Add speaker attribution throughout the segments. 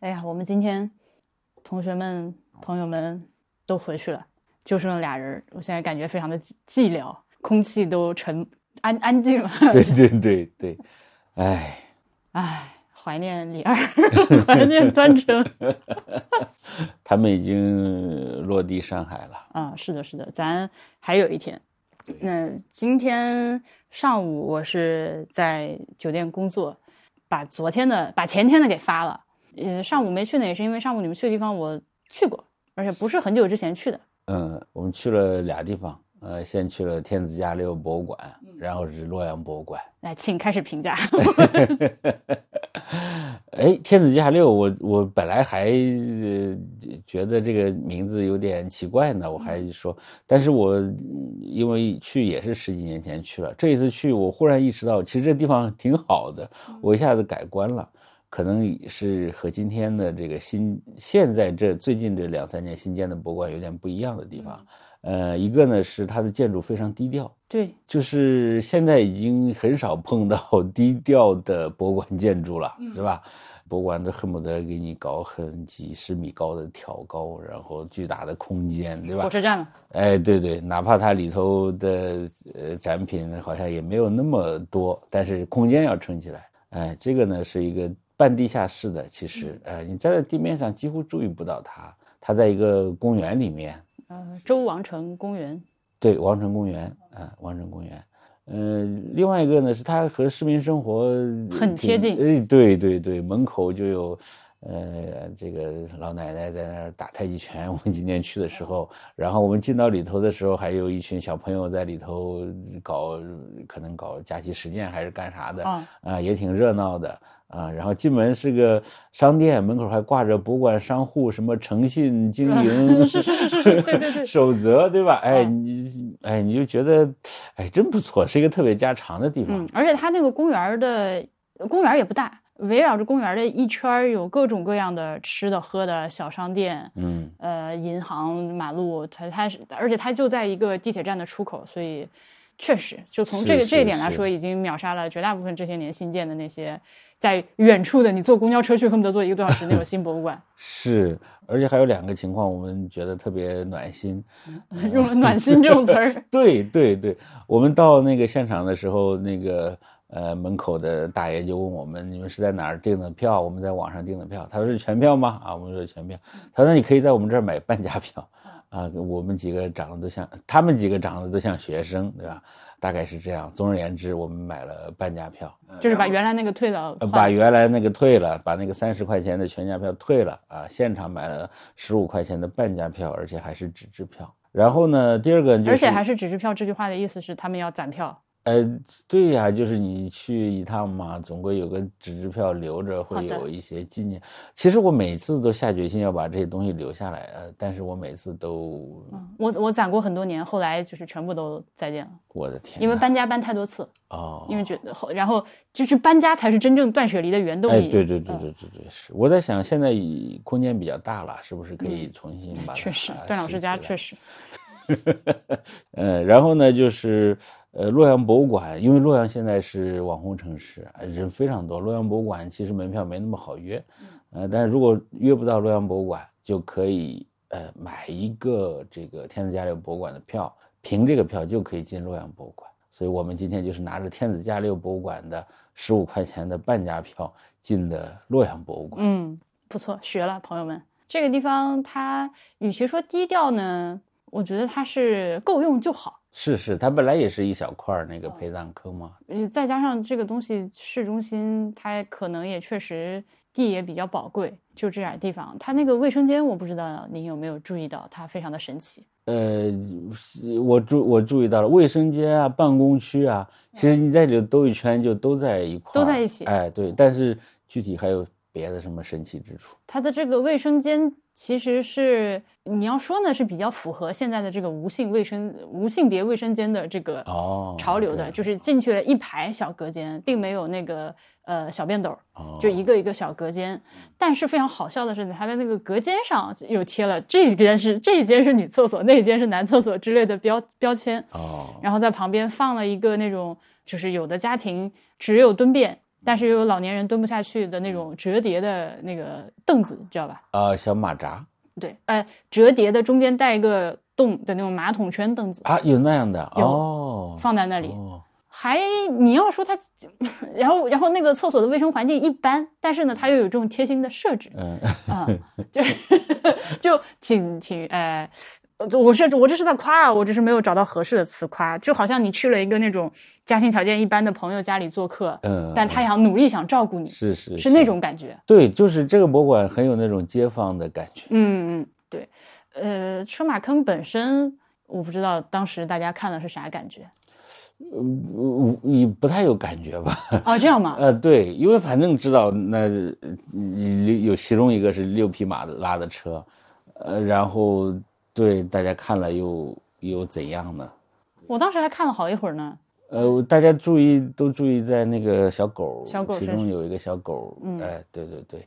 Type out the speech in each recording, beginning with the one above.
Speaker 1: 哎呀，我们今天同学们、朋友们都回去了，就剩了俩人儿，我现在感觉非常的寂寂寥，空气都沉安安静了。
Speaker 2: 对对对对，哎，
Speaker 1: 唉，怀念李二， 怀念端城。
Speaker 2: 他们已经落地上海了。
Speaker 1: 啊，是的，是的，咱还有一天。那今天上午我是在酒店工作，把昨天的、把前天的给发了。呃，上午没去呢，也是因为上午你们去的地方我去过，而且不是很久之前去的。
Speaker 2: 嗯，我们去了俩地方，呃，先去了天子家六博物馆，然后是洛阳博物馆。
Speaker 1: 来，请开始评价。
Speaker 2: 哎，天子驾六，我我本来还呃觉得这个名字有点奇怪呢，我还说，但是我嗯因为去也是十几年前去了，这一次去我忽然意识到，其实这地方挺好的，我一下子改观了，可能是和今天的这个新现在这最近这两三年新建的博物馆有点不一样的地方，呃，一个呢是它的建筑非常低调，
Speaker 1: 对，
Speaker 2: 就是现在已经很少碰到 低调的博物馆建筑了，是吧？博物馆都恨不得给你搞很几十米高的挑高，然后巨大的空间，对吧
Speaker 1: 火？车站了。
Speaker 2: 哎，对对，哪怕它里头的呃展品好像也没有那么多，但是空间要撑起来。哎，这个呢是一个半地下室的，其实，哎，你站在地面上几乎注意不到它，它在一个公园里面，
Speaker 1: 呃，周王城公园。
Speaker 2: 对，王城公园啊，王城公园。呃，另外一个呢是它和市民生活
Speaker 1: 很贴
Speaker 2: 挺
Speaker 1: 近
Speaker 2: 哎，对对对，门口就有，呃，这个老奶奶在那儿打太极拳。我们今天去的时候，然后我们进到里头的时候，还有一群小朋友在里头搞，可能搞假期实践还是干啥的。
Speaker 1: 啊，
Speaker 2: 啊，也挺热闹的啊。然后进门是个商店，门口还挂着博物馆商户什么诚信经营
Speaker 1: 嗯是是是是是对对对
Speaker 2: 守则，对吧？
Speaker 1: 啊
Speaker 2: 哎，你哎，你就觉得哎，真不错，是一个特别家常的地方。
Speaker 1: 嗯，而且它那个公园儿的公园儿也不大，围绕着公园儿的一圈儿有各种各样的吃的、喝的小商店，
Speaker 2: 嗯
Speaker 1: 呃，银行、马路，它它是，而且它就在一个地铁站的出口，所以确实，就从
Speaker 2: 是
Speaker 1: 这个这一
Speaker 2: 是
Speaker 1: 点来说，
Speaker 2: 是
Speaker 1: 已经秒杀了绝大部分这些年新建的那些在远处的，你坐公交车去恨不得坐一个多小时那种新博物 馆，
Speaker 2: 是，而且还有两个情况，我们觉得特别暖心。，
Speaker 1: 用了“暖心”这种词儿
Speaker 2: 对对对，我们到那个现场的时候，那个呃门口的大爷就问我们：“你们是在哪儿订的票？”我们在网上订的票。他说：“是全票吗？”啊，我们说全票。他说：“那你可以在我们这儿买半价票。”啊，我们几个长得都像，他们几个长得都像学生，对吧？大概是这样。总而言之，我们买了半价票。
Speaker 1: 嗯就是把原来那个退了
Speaker 2: 呃，
Speaker 1: 换
Speaker 2: 把原来那个退了，把那个三十块钱的全价票退了啊，现场买了十五块钱的半价票，而且还是纸质票。然后呢，第二个就是，
Speaker 1: 而且还是纸质票。这句话的意思是他们要攒票，
Speaker 2: 呃，对呀、就是你去一趟嘛，总归有个纸质票留着，
Speaker 1: 好
Speaker 2: 会
Speaker 1: 的
Speaker 2: 有一些纪念。其实我每次都下决心要把这些东西留下来，呃，但是我每次都，
Speaker 1: 嗯，我我攒过很多年，后来就是全部都再见了，
Speaker 2: 我的天呐，
Speaker 1: 因为搬家搬太多次，
Speaker 2: 哎哦，
Speaker 1: 因为觉得后然后就是搬家才是真正断舍离的原动
Speaker 2: 哎，
Speaker 1: 力。
Speaker 2: 对对对
Speaker 1: 嗯
Speaker 2: 对对对，是我在想，现在以空间比较大了，是不是可以重新
Speaker 1: 嗯
Speaker 2: 把它、
Speaker 1: 确实，段老师家确
Speaker 2: 实。
Speaker 1: 实，
Speaker 2: 呃，然后呢，就是呃，洛阳博物馆，因为洛阳现在是网红城市，呃人非常多。洛阳博物馆其实门票没那么好约，呃，但是如果约不到洛阳博物馆，就可以呃买一个这个天子家六博物馆的票，凭这个票就可以进洛阳博物馆。所以我们今天就是拿着天子家六博物馆的十五块钱的半价票进的洛阳博物馆。
Speaker 1: 嗯，不错，学了，朋友们。这个地方它与其说低调呢，我觉得它是够用就好。
Speaker 2: 是是，它本来也是一小块儿那个陪葬坑嘛。
Speaker 1: 呃，再加上这个东西市中心，它可能也确实地也比较宝贵，就这点儿地方，它那个卫生间我不知道您有没有注意到，它非常的神奇。
Speaker 2: 呃，是我注我注意到了，卫生间啊、办公区啊，其实你在里头兜一圈就都在一块儿，
Speaker 1: 都在一起
Speaker 2: 哎，对，但是具体还有别的什么神奇之处？
Speaker 1: 它的这个卫生间其实是你要说呢，是比较符合现在的这个无性卫生、无性别卫生间的这个
Speaker 2: 哦，
Speaker 1: 潮流的，
Speaker 2: 对
Speaker 1: 就是进去了一排小隔间，并没有那个呃小便斗儿，
Speaker 2: 哦
Speaker 1: 就一个一个小隔间。但是非常好笑的是，它在那个隔间上又贴了这间是这间是女厕所，那间是男厕所之类的标标签。
Speaker 2: 哦，
Speaker 1: 然后在旁边放了一个那种，就是有的家庭只有蹲便，但是又有老年人蹲不下去的那
Speaker 2: 嗯
Speaker 1: 种折叠的那个凳子，知道吧？
Speaker 2: 啊，小马扎
Speaker 1: 对，呃，折叠的中间带一个洞的那种马桶圈凳子，
Speaker 2: 啊，有那样的
Speaker 1: 有
Speaker 2: 哦，
Speaker 1: 放在那里。
Speaker 2: 哦
Speaker 1: 还你要说它， 然后然后那个厕所的卫生环境一般，但是呢，它又有这种贴心的设置
Speaker 2: 嗯，
Speaker 1: 啊、 就是就挺挺呃。我是我这是在夸啊，我只是没有找到合适的词夸，就好像你去了一个那种家庭条件一般的朋友家里做客，
Speaker 2: 嗯，
Speaker 1: 但他想努力想照顾你，
Speaker 2: 是是
Speaker 1: 是那种感觉。
Speaker 2: 对，就是这个博物馆很有那种街坊的感觉。
Speaker 1: 嗯嗯，对，呃，车马坑本身，我不知道当时大家看了是啥感 觉
Speaker 2: 嗯，你不太有感觉吧？
Speaker 1: 哦，这样吗？
Speaker 2: 呃，对，因为反正知道那呃你有其中一个是六匹马的拉的车，呃，然后对大家看了又又怎样呢？
Speaker 1: 我当时还看了好一会儿呢。
Speaker 2: 呃，大家注意都注意在那个小狗，
Speaker 1: 小狗
Speaker 2: 其
Speaker 1: 身上
Speaker 2: 中有一个小狗，
Speaker 1: 嗯
Speaker 2: 哎，对对对，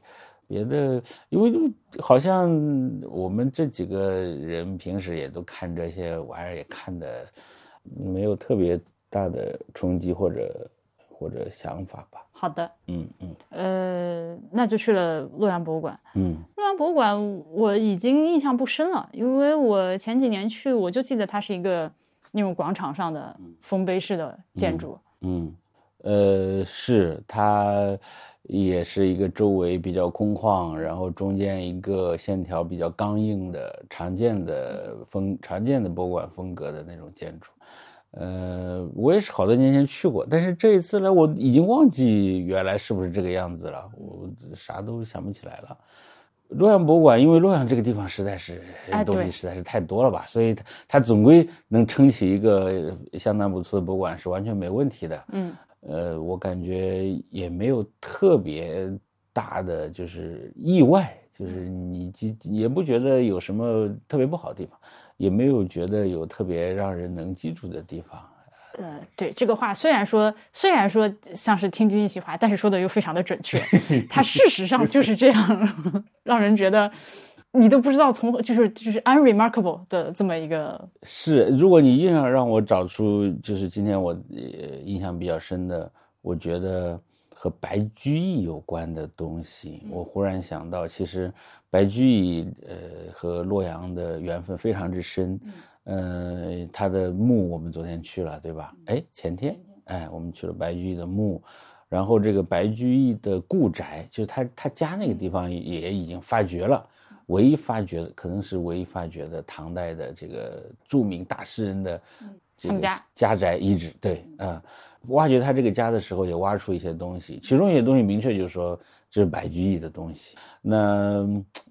Speaker 2: 别的，因为就好像我们这几个人平时也都看这些玩意儿，也看的没有特别大的冲击或者或者想法吧，
Speaker 1: 好的，
Speaker 2: 嗯嗯
Speaker 1: 呃，那就去了洛阳博物馆。
Speaker 2: 嗯
Speaker 1: 洛阳博物馆我已经印象不深了，因为我前几年去，我就记得它是一个那种广场上的丰碑式的建筑。
Speaker 2: 嗯，呃，是它也是一个周围比较空旷，然后中间一个线条比较刚硬的常见的风常见的博物馆风格的那种建筑。呃，我也是好多年前去过，但是这一次来我已经忘记原来是不是这个样子了，我啥都想不起来了。洛阳博物馆，因为洛阳这个地方实在是
Speaker 1: 哎
Speaker 2: 东
Speaker 1: 对
Speaker 2: 西实在是太多了吧，所以它它总归能撑起一个相当不错的博物馆是完全没问题的。
Speaker 1: 嗯
Speaker 2: 呃，我感觉也没有特别大的就是意外，就是你既也不觉得有什么特别不好的地方，也没有觉得有特别让人能记住的地方。
Speaker 1: 呃，对这个话虽然说虽然说像是听君一席话，但是说的又非常的准 确，它事实上就是这样， 让人觉得你都不知道从何就是就是 unremarkable 的这么一个
Speaker 2: 是，如果你硬要让我找出，就是今天我呃印象比较深的，我觉得和白居易有关的东西，我忽然想到，其实白居易呃和洛阳的缘分非常之深。呃，他的墓我们昨天去了，对吧？
Speaker 1: 嗯
Speaker 2: 哎，前天，哎，我们去了白居易的墓，然后这个白居易的故宅，就是他他家那个地方也已经发掘了。
Speaker 1: 嗯
Speaker 2: 唯一发掘的，可能是唯一发掘的唐代的这个著名大诗人的
Speaker 1: 嗯他
Speaker 2: 这个
Speaker 1: 们家嗯
Speaker 2: 家宅遗址。对，啊、挖掘他这个家的时候，也挖出一些东西，其中一些东西明确就是说这是白居易的东西。那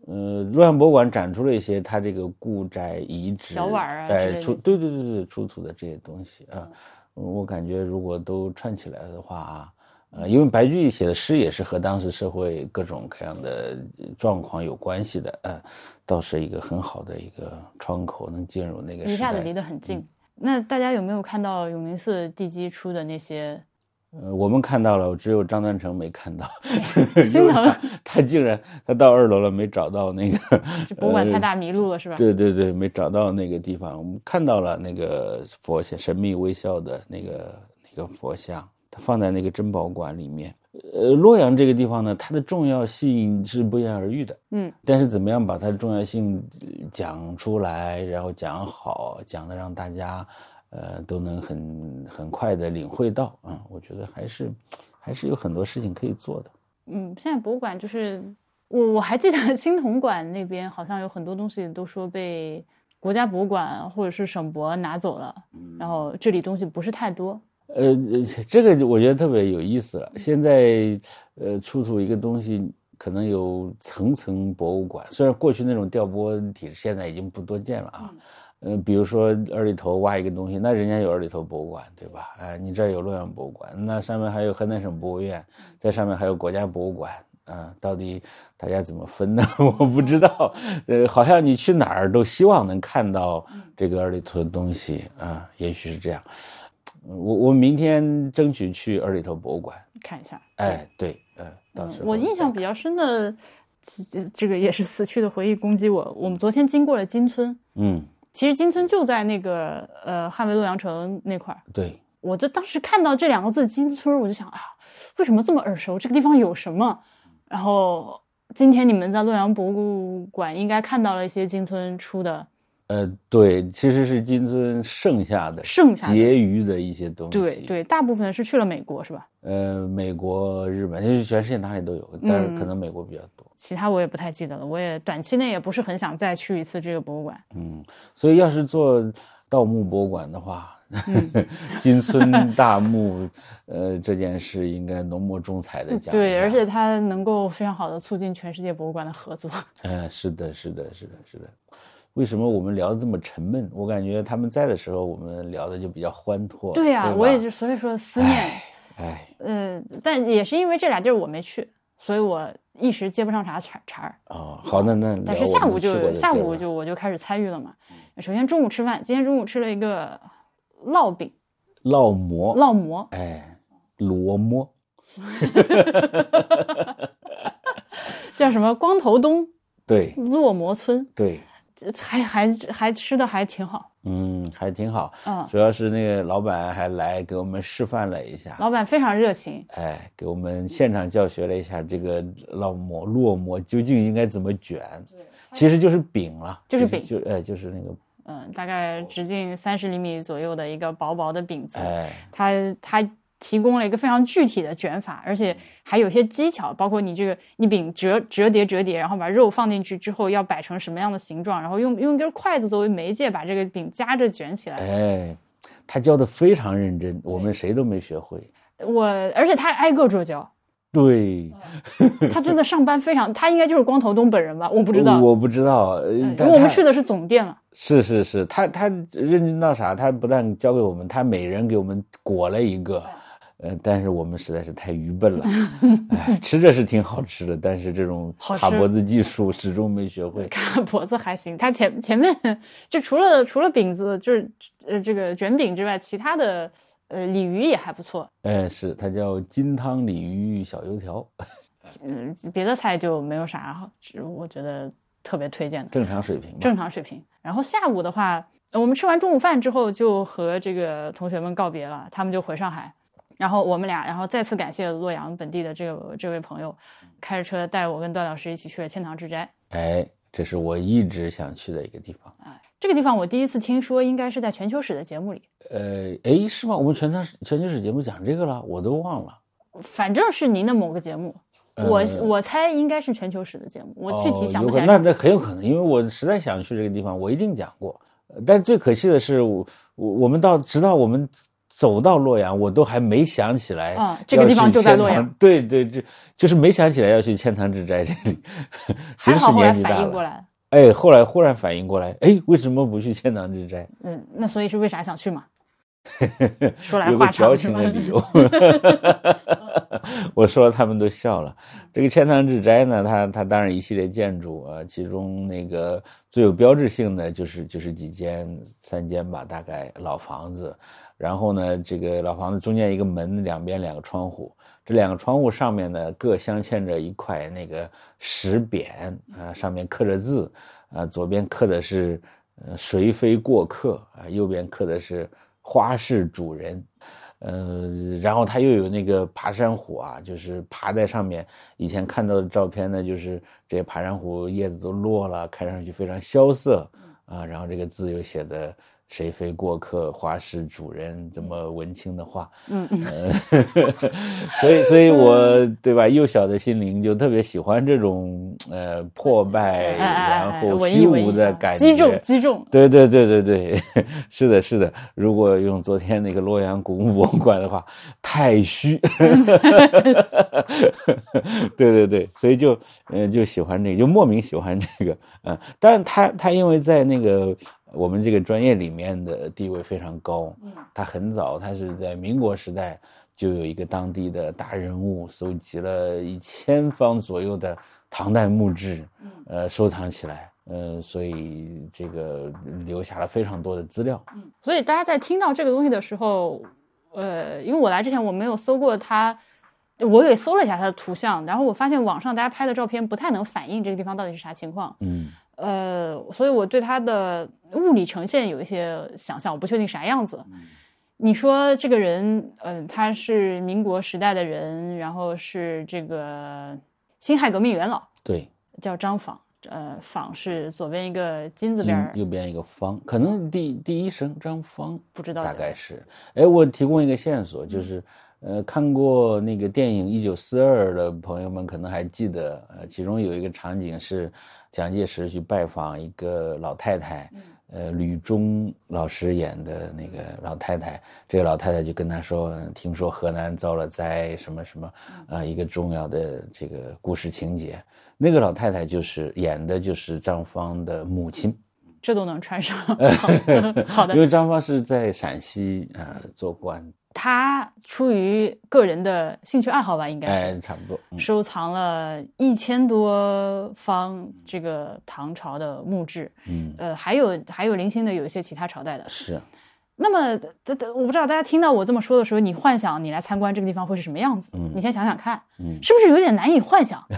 Speaker 2: 呃，洛阳博物馆展出了一些他这个故宅遗址
Speaker 1: 小碗儿啊之类
Speaker 2: 哎，
Speaker 1: 的嗯
Speaker 2: 出对对对对出土的这些东西啊、我感觉如果都串起来的话啊。呃，因为白居易写的诗也是和当时社会各种各样的呃状况有关系的，呃，倒是一个很好的一个窗口，能进入那个
Speaker 1: 一
Speaker 2: 时
Speaker 1: 下子
Speaker 2: 代嗯
Speaker 1: 离。得很近。那大家有没有看到永宁寺地基出的那些？
Speaker 2: 呃，我们看到了，只有张端成没看到，
Speaker 1: 心 疼，
Speaker 2: 他竟然他到二楼了，没找到那个
Speaker 1: 这博物馆太大迷路了是吧？
Speaker 2: 呃对对对，没找到那个地方。我们看到了那个佛像，神秘微笑的那个那个佛像，它放在那个珍宝馆里面。呃，洛阳这个地方呢，它的重要性是不言而喻的。
Speaker 1: 嗯，
Speaker 2: 但是怎么样把它的重要性呃讲出来，然后讲好，讲的让大家呃都能很很快的领会到啊、我觉得还是还是有很多事情可以做的。
Speaker 1: 嗯，现在博物馆就是我我还记得青铜馆那边好像有很多东西都说被国家博物馆或者是省博拿走了，然后这里东西不是太多。
Speaker 2: 呃，这个我觉得特别有意思了。现在，呃，出土一个东西，可能有层层博物馆。虽然过去那种调拨体制，现在已经不多见了啊。呃，比如说二里头挖一个东西，那人家有二里头博物馆，对吧？哎，你这儿有洛阳博物馆，那上面还有河南省博物院，在上面还有国家博物馆。啊、到底大家怎么分呢？ 我不知道。呃，好像你去哪儿都希望能看到这个二里头的东西啊、也许是这样。我我明天争取去二里头博物馆。
Speaker 1: 看一下，
Speaker 2: 哎，对，嗯，到时候
Speaker 1: 我印象比较深的，这这个也是死去的回忆攻击我。我们昨天经过了金村，
Speaker 2: 嗯，
Speaker 1: 其实金村就在那个呃汉魏洛阳城那块儿。
Speaker 2: 对，
Speaker 1: 我就当时看到这两个字“金村”，我就想啊，为什么这么耳熟？这个地方有什么？然后今天你们在洛阳博物馆应该看到了一些金村出的
Speaker 2: 呃，对，其实是金村剩下的、
Speaker 1: 剩下的
Speaker 2: 结余的一些东西。
Speaker 1: 对对，大部分是去了美国是吧？
Speaker 2: 呃，美国、日本，就是全世界哪里都有，但
Speaker 1: 嗯
Speaker 2: 是可能美国比较多。
Speaker 1: 其他我也不太记得了，我也短期内也不是很想再去一次这个博物馆。
Speaker 2: 嗯，所以要是做盗墓博物馆的话，
Speaker 1: 嗯
Speaker 2: 金村大墓，呃，这件事应该浓墨重彩的讲一
Speaker 1: 对，
Speaker 2: 下
Speaker 1: 而且它能够非常好的促进全世界博物馆的合作。
Speaker 2: 呃，是的，是的，是的，是的。为什么我们聊得这么沉闷？我感觉他们在的时候，我们聊的就比较欢脱。
Speaker 1: 对呀、
Speaker 2: 呀、
Speaker 1: 我也是，所以说思念，
Speaker 2: 哎，
Speaker 1: 嗯，但也是因为这俩地儿我没去，所以我一时接不上啥茬茬儿。
Speaker 2: 哦，好，那那
Speaker 1: 嗯但
Speaker 2: 聊
Speaker 1: 是
Speaker 2: 我
Speaker 1: 下
Speaker 2: 们
Speaker 1: 午
Speaker 2: 去过
Speaker 1: 就
Speaker 2: 的
Speaker 1: 下
Speaker 2: 地儿嗯
Speaker 1: 午
Speaker 2: 吧
Speaker 1: 就我就开始参与了嘛。首先中午吃饭，今天中午吃了一个烙饼、
Speaker 2: 烙馍，
Speaker 1: 烙馍，
Speaker 2: 哎，螺馍，
Speaker 1: 叫什么光头东
Speaker 2: 对
Speaker 1: 烙馍村，
Speaker 2: 对，
Speaker 1: 这还还还吃的还挺好。
Speaker 2: 嗯，还挺好。
Speaker 1: 嗯，
Speaker 2: 主要是那个老板还来给我们示范了一下，
Speaker 1: 老板非常热情。
Speaker 2: 哎，给我们现场教学了一下这个烙馍、烙馍究竟应该怎么卷，其实就是饼了，
Speaker 1: 就是饼
Speaker 2: 就哎就是那个
Speaker 1: 嗯，大概
Speaker 2: 哦
Speaker 1: 直径三十厘米左右的一个薄薄的饼子，
Speaker 2: 哎，
Speaker 1: 它它提供了一个非常具体的卷法，而
Speaker 2: 嗯
Speaker 1: 且还有一些技巧，包括你这个你饼折折叠折叠，然后把肉放进去之后要摆成什么样的形状，然后用用一根筷子作为媒介把这个饼夹着卷起来。
Speaker 2: 哎，他教的非常认真，我们谁都没学会。
Speaker 1: 我而且他挨个桌教，
Speaker 2: 对，
Speaker 1: 他真的上班非常，他应该就是光头东本人吧？我不知道，
Speaker 2: 我不知道，呃
Speaker 1: 嗯因
Speaker 2: 但
Speaker 1: 为我们
Speaker 2: 他
Speaker 1: 去的是总店嘛。
Speaker 2: 是是是，他他认真到啥？他不但教给我们，他每人给我们裹了一个，呃，但是我们实在是太愚笨 了。哎，吃着是挺好吃的，但是这种
Speaker 1: 好
Speaker 2: 卡
Speaker 1: 吃
Speaker 2: 脖子技术始终没学会。
Speaker 1: 看脖子还行，他前前面就除了除了饼子，就是呃这个卷饼之外，其他的呃鲤鱼也还不错，
Speaker 2: 哎，是它叫金汤鲤鱼小油条，
Speaker 1: 嗯，别的菜就没有啥好，只我觉得特别推荐的，
Speaker 2: 正常水平吧。
Speaker 1: 正常水平。然后下午的话，呃我们吃完中午饭之后就和这个同学们告别了，他们就回上海，然后我们俩，然后再次感谢洛阳本地的这个这位朋友，开着车带我跟段老师一起去了千堂之斋。
Speaker 2: 哎，这是我一直想去的一个地方。
Speaker 1: 这个地方我第一次听说，应该是在全球史的节目里，
Speaker 2: 呃，哎，是吗？我们全场全球史节目讲这个了，我都忘了。
Speaker 1: 反正是您的某个节目，
Speaker 2: 呃
Speaker 1: 我我猜应该是全球史的节目，我具体
Speaker 2: 哦
Speaker 1: 想
Speaker 2: 有
Speaker 1: 不
Speaker 2: 可
Speaker 1: 起来。
Speaker 2: 那那很有可能，因为我实在想去这个地方，我一定讲过。呃但最可惜的是，我我我们到直到我们走到洛阳，我都还没想起来
Speaker 1: 啊这个
Speaker 2: 要
Speaker 1: 地方
Speaker 2: 去
Speaker 1: 就在
Speaker 2: 千
Speaker 1: 洛
Speaker 2: 堂
Speaker 1: 阳。
Speaker 2: 对对，这就是没想起来要去千堂之斋这里，
Speaker 1: 还
Speaker 2: 真
Speaker 1: 好
Speaker 2: 是
Speaker 1: 后来
Speaker 2: 年纪
Speaker 1: 反
Speaker 2: 大
Speaker 1: 应过
Speaker 2: 了。
Speaker 1: 来了，
Speaker 2: 哎，后来忽然反应过来，哎，为什么不去千堂之斋？
Speaker 1: 嗯，那所以是为啥想去 嘛？说来
Speaker 2: 有个
Speaker 1: 话
Speaker 2: 矫
Speaker 1: 长是
Speaker 2: 情
Speaker 1: 吧？
Speaker 2: 的理由。 我说他们都笑了。这个千堂之斋呢，它它当然一系列建筑啊，其中那个最有标志性的就是就是几间三间吧，大概老房子。然后呢，这个老房子中间一个门，两边两个窗户。这两个窗户上面呢，各镶嵌着一块那个石匾啊、上面刻着字啊、左边刻的是呃“谁非过客”啊、右边刻的是“花是主人”。呃，然后它又有那个爬山虎啊，就是爬在上面。以前看到的照片呢，就是这些爬山虎叶子都落了，看上去非常萧瑟
Speaker 1: 嗯
Speaker 2: 啊。然后这个字又写的“谁非过客，花是主人”，这么文青的话，
Speaker 1: 嗯 嗯，
Speaker 2: 所以，所以 我对吧？幼小的心灵就特别喜欢这种呃破败，
Speaker 1: 哎哎
Speaker 2: 然
Speaker 1: 哎，
Speaker 2: 后
Speaker 1: 文
Speaker 2: 虚
Speaker 1: 艺文
Speaker 2: 无
Speaker 1: 艺
Speaker 2: 的
Speaker 1: 啊
Speaker 2: 感觉。
Speaker 1: 击中击中，
Speaker 2: 对对对对对， 是的，是的。如果用昨天那个洛阳古墓博物馆的话，太虚。 对对对，所以就呃就喜欢这个，就莫名喜欢这个。嗯、但是他他因为在那个我们这个专业里面的地位非常高，他很早，他是在民国时代就有一个当地的大人物，搜集了一千方左右的唐代墓志，呃，收藏起来，呃，所以这个留下了非常多的资料。
Speaker 1: 所以大家在听到这个东西的时候，呃，因为我来之前我没有搜过它，我也搜了一下它的图像，然后我发现网上大家拍的照片不太能反映这个地方到底是啥情况，
Speaker 2: 嗯，嗯
Speaker 1: 呃，所以我对它的物理呈现有一些想象，我不确定啥样子。你说这个人，呃，他是民国时代的人，然后是这个辛亥革命元老，
Speaker 2: 对，
Speaker 1: 叫张访。呃，访是左边一个金字
Speaker 2: 金
Speaker 1: 边儿，
Speaker 2: 右边一个方，可能第第一声张方
Speaker 1: 不知道
Speaker 2: 大
Speaker 1: 叫
Speaker 2: 概是。哎，我提供一个线
Speaker 1: 嗯
Speaker 2: 索，就是呃，看过那个电影《一九四二》的朋友们可能还记得，呃，其中有一个场景是蒋介石去拜访一个老太太。
Speaker 1: 嗯
Speaker 2: 呃，吕中老师演的那个老太太，这个老太太就跟他说，呃听说河南遭了灾，什么什么，
Speaker 1: 嗯
Speaker 2: 啊、一个重要的这个故事情节。那个老太太就是演的就是张芳的母亲，
Speaker 1: 这都能穿 上。好
Speaker 2: 因
Speaker 1: 的，
Speaker 2: 为张芳是在陕西呃做官，
Speaker 1: 他出于个人的兴趣爱好吧，应该是、
Speaker 2: 哎，差不多。嗯
Speaker 1: 收藏了一千多方这个唐朝的墓志，
Speaker 2: 嗯，
Speaker 1: 呃，还有还有零星的有一些其他朝代的。
Speaker 2: 是
Speaker 1: 那么，这这我不知道大家听到我这么说的时候，你幻想你来参观这个地方会是什么样子？
Speaker 2: 嗯
Speaker 1: 你先想想看，
Speaker 2: 嗯
Speaker 1: 是不是有点难以幻想？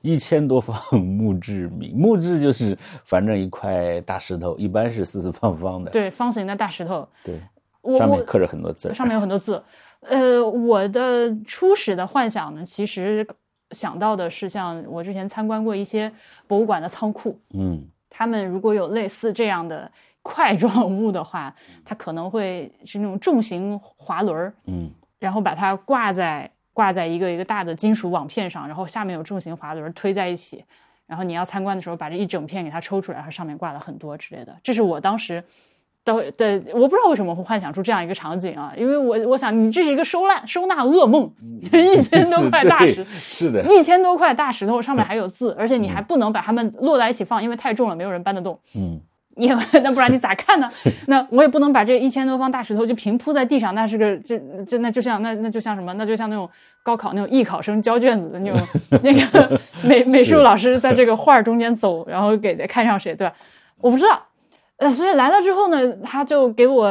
Speaker 2: 一千多方木质铭，木质就是反正一块大石头，一般是四四方方的，
Speaker 1: 对，方形的大石头，
Speaker 2: 对，
Speaker 1: 我
Speaker 2: 上
Speaker 1: 我
Speaker 2: 面刻着很多字儿。
Speaker 1: 上面有很多字。呃，我的初始的幻想呢，其实想到的是像我之前参观过一些博物馆的仓库，
Speaker 2: 嗯，
Speaker 1: 他们如果有类似这样的块状物的话，它可能会是那种重型滑轮儿，
Speaker 2: 嗯，
Speaker 1: 然后把它挂在挂在一个一个大的金属网片上，然后下面有重型滑轮儿推在一起。然后你要参观的时候，把这一整片给它抽出来，然后上面挂了很多之类的。这是我当时的的，我不知道为什么会幻想出这样一个场景啊，因为我我想你这是一个收纳收纳噩梦， 一千多
Speaker 2: 嗯 是
Speaker 1: 块大
Speaker 2: 对嗯
Speaker 1: 石嗯
Speaker 2: 是的，
Speaker 1: 一千多块大石头上面还有字，而且你还不能把它们摞在一起放，因为太重了，没有人搬得动。
Speaker 2: 嗯，
Speaker 1: 因为 那不然你咋看呢？那我也不能把这一千多方大石头就平铺在地上，那是个这这那就像那那就像什么？那就像那种高考那种艺考生交卷子的那种那个美美术老师在这个画儿中间走，然后给看上谁对吧？我不知道，呃，所以来了之后呢，他就给我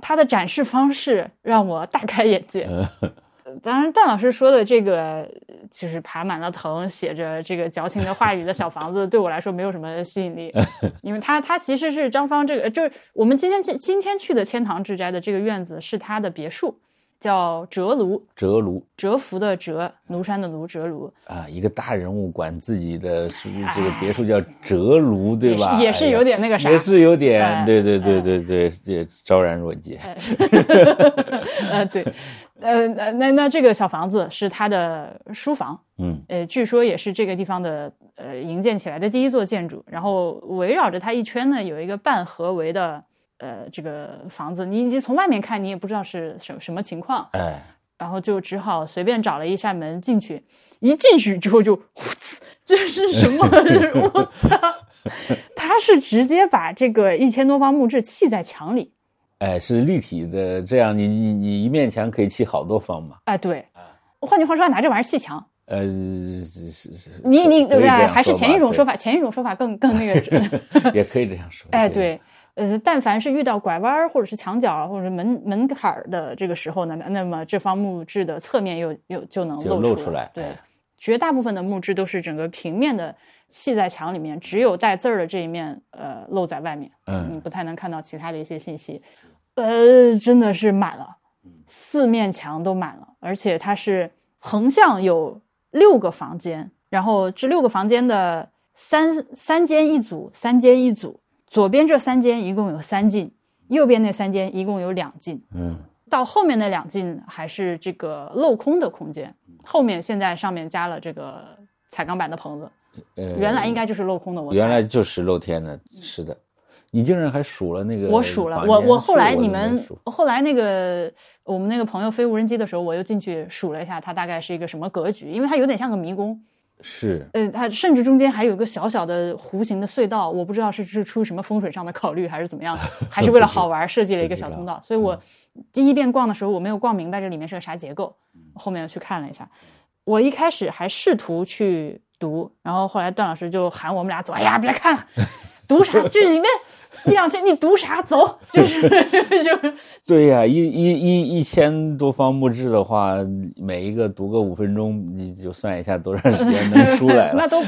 Speaker 1: 他的展示方式让我大开眼界。
Speaker 2: 呃
Speaker 1: 当然，段老师说的这个呃就是爬满了藤，写着这个矫情的话语的小房子，对我来说没有什么吸引力，因为他他其实是张芳这个，呃就是我们今天今今天去的千堂志斋的这个院子是他的别墅，叫折庐，
Speaker 2: 折炉
Speaker 1: 折服的折，庐山的庐，折庐
Speaker 2: 啊，一个大人物管自己的是这个
Speaker 1: 哎
Speaker 2: 别墅叫折炉，对
Speaker 1: 也是
Speaker 2: 吧？
Speaker 1: 也是
Speaker 2: 哎呀
Speaker 1: 有点那个啥，
Speaker 2: 也是有
Speaker 1: 哎
Speaker 2: 点，对对对对对，这昭然若揭。
Speaker 1: 呃对，呃那那那这个小房子是他的书房，
Speaker 2: 嗯
Speaker 1: 呃，据说也是这个地方的呃营建起来的第一座建筑。然后围绕着它一圈呢，有一个半合围的呃这个房子，你你从外面看，你也不知道是什什么情况，
Speaker 2: 哎，
Speaker 1: 然后就只好随便找了一扇门进去。一进去之后就，我操，这是什么？ 我操！他是直接把这个一千多方木质砌在墙里。
Speaker 2: 哎，是立体的，这样你你你一面墙可以砌好多方嘛？
Speaker 1: 哎，对，
Speaker 2: 啊
Speaker 1: 换句话说，拿这玩意儿砌墙。
Speaker 2: 呃，是是是，
Speaker 1: 你你
Speaker 2: 可以这样
Speaker 1: 哎
Speaker 2: 吧
Speaker 1: 还是前一种说，法，前一种说法更更那 个。
Speaker 2: 对也可以这样说。
Speaker 1: 哎，，对，呃，但凡是遇到拐弯儿或者是墙角或者是门门槛儿的这个时候呢，那那么这方木质的侧面又又就能
Speaker 2: 就
Speaker 1: 露
Speaker 2: 露
Speaker 1: 出
Speaker 2: 出来
Speaker 1: 对
Speaker 2: 哎，
Speaker 1: 绝大部分的木质都是整个平面的砌在墙里面，只有带字儿的这一面呃露在外面，你
Speaker 2: 嗯，
Speaker 1: 不太能看到其他的一些信息。呃，真的是满了，四面墙都满了，而且它是横向有六个房间，然后这六个房间的三三间一组，三间一组，左边这三间一共有三进，右边那三间一共有两进，
Speaker 2: 嗯
Speaker 1: 到后面那两进还是这个镂空的空间，
Speaker 2: 嗯
Speaker 1: 后面现在上面加了这个彩钢板的棚子，
Speaker 2: 呃，
Speaker 1: 原来应该就是镂空的，我猜嗯
Speaker 2: 原来就是露天的，是的。你竟然还数了那个房间数，
Speaker 1: 我数了，我我后来
Speaker 2: 都
Speaker 1: 你
Speaker 2: 没
Speaker 1: 们
Speaker 2: 数
Speaker 1: 后来那个我们那个朋友飞无人机的时候，我又进去数了一下，它大概是一个什么格局，因为它有点像个迷宫，
Speaker 2: 是
Speaker 1: 呃，它甚至中间还有一个小小的弧形的隧道，我不知道是是出于什么风水上的考虑还是怎 么样，还是为了好玩设计了一个小通道，所以我
Speaker 2: 嗯
Speaker 1: 第一遍逛的时候我没有逛明白这里面是个啥结构，后面又去看了一下，我一开始还试图去读，然后后来段老师就喊我们俩走，哎呀，别看了，读啥？这 里面一两千，你读啥？走，就是 就是，
Speaker 2: 对呀、一一一一千多方木质的话，每一个读个五分钟，你就算一下多长时 间能出来
Speaker 1: 那
Speaker 2: 了。
Speaker 1: 都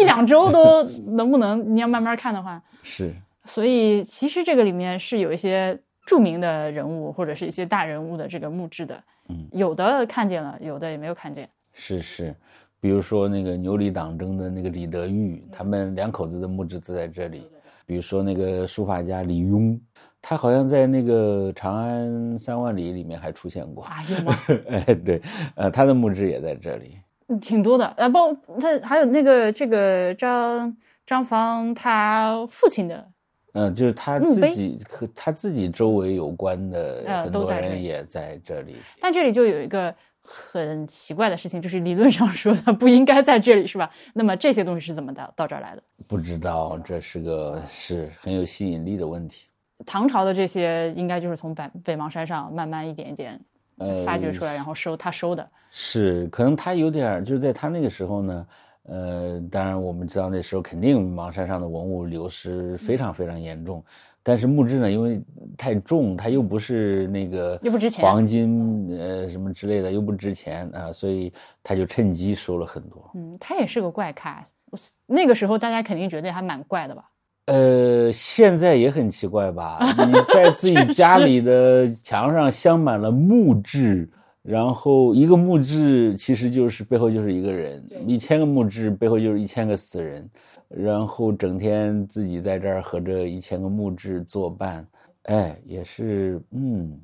Speaker 1: 一两周都能不能？你要慢慢看的话，
Speaker 2: 是，
Speaker 1: 所以其实这个里面是有一些著名的人物或者是一些大人物的这个墓志的，
Speaker 2: 嗯，
Speaker 1: 有的看见了，有的也没有看见。
Speaker 2: 是是，比如说那个牛李党争的那个李德裕，他们两口子的墓志都在这里。比如说那个书法家李邕，他好像在那个《长安三万里》里面还出现过。
Speaker 1: 啊，有吗？
Speaker 2: 哎，对，呃，他的墓志也在这里。
Speaker 1: 嗯挺多的。呃，包他还有那个这个张张芳他父亲的，
Speaker 2: 嗯，就是他
Speaker 1: 墓
Speaker 2: 自
Speaker 1: 碑
Speaker 2: 己和他自己周围有关的
Speaker 1: 呃
Speaker 2: 很
Speaker 1: 都
Speaker 2: 多
Speaker 1: 在这
Speaker 2: 人
Speaker 1: 里
Speaker 2: 也在这里。
Speaker 1: 但这里就有一个很奇怪的事情，就是理论上说他不应该在这里，是吧？那么这些东西是怎么到到这儿来的？
Speaker 2: 不知道这是个是很有吸引力的问题。
Speaker 1: 唐朝的这些应该就是从北北邙山上慢慢一点一点
Speaker 2: 呃，
Speaker 1: 发掘出来，然后收他收的。
Speaker 2: 是，可能他有点儿，就是在他那个时候呢，呃，当然我们知道那时候肯定邙山上的文物流失
Speaker 1: 嗯
Speaker 2: 非常非常严重，但是木质呢，因为太重，它又不是那个
Speaker 1: 又不值钱嗯
Speaker 2: 黄金呃什么之类的，又不值钱啊、所以他就趁机收了很多。
Speaker 1: 嗯，他也是个怪咖。我那个时候大家肯定觉得还蛮怪的吧？
Speaker 2: 呃，现在也很奇怪吧？你在自己家里的墙上镶满了木质，然后一个木质其实就是背后就是一个人，一千个木质背后就是一千个死人，然后整天自己在这儿和这一千个木质作伴，哎，也是，嗯，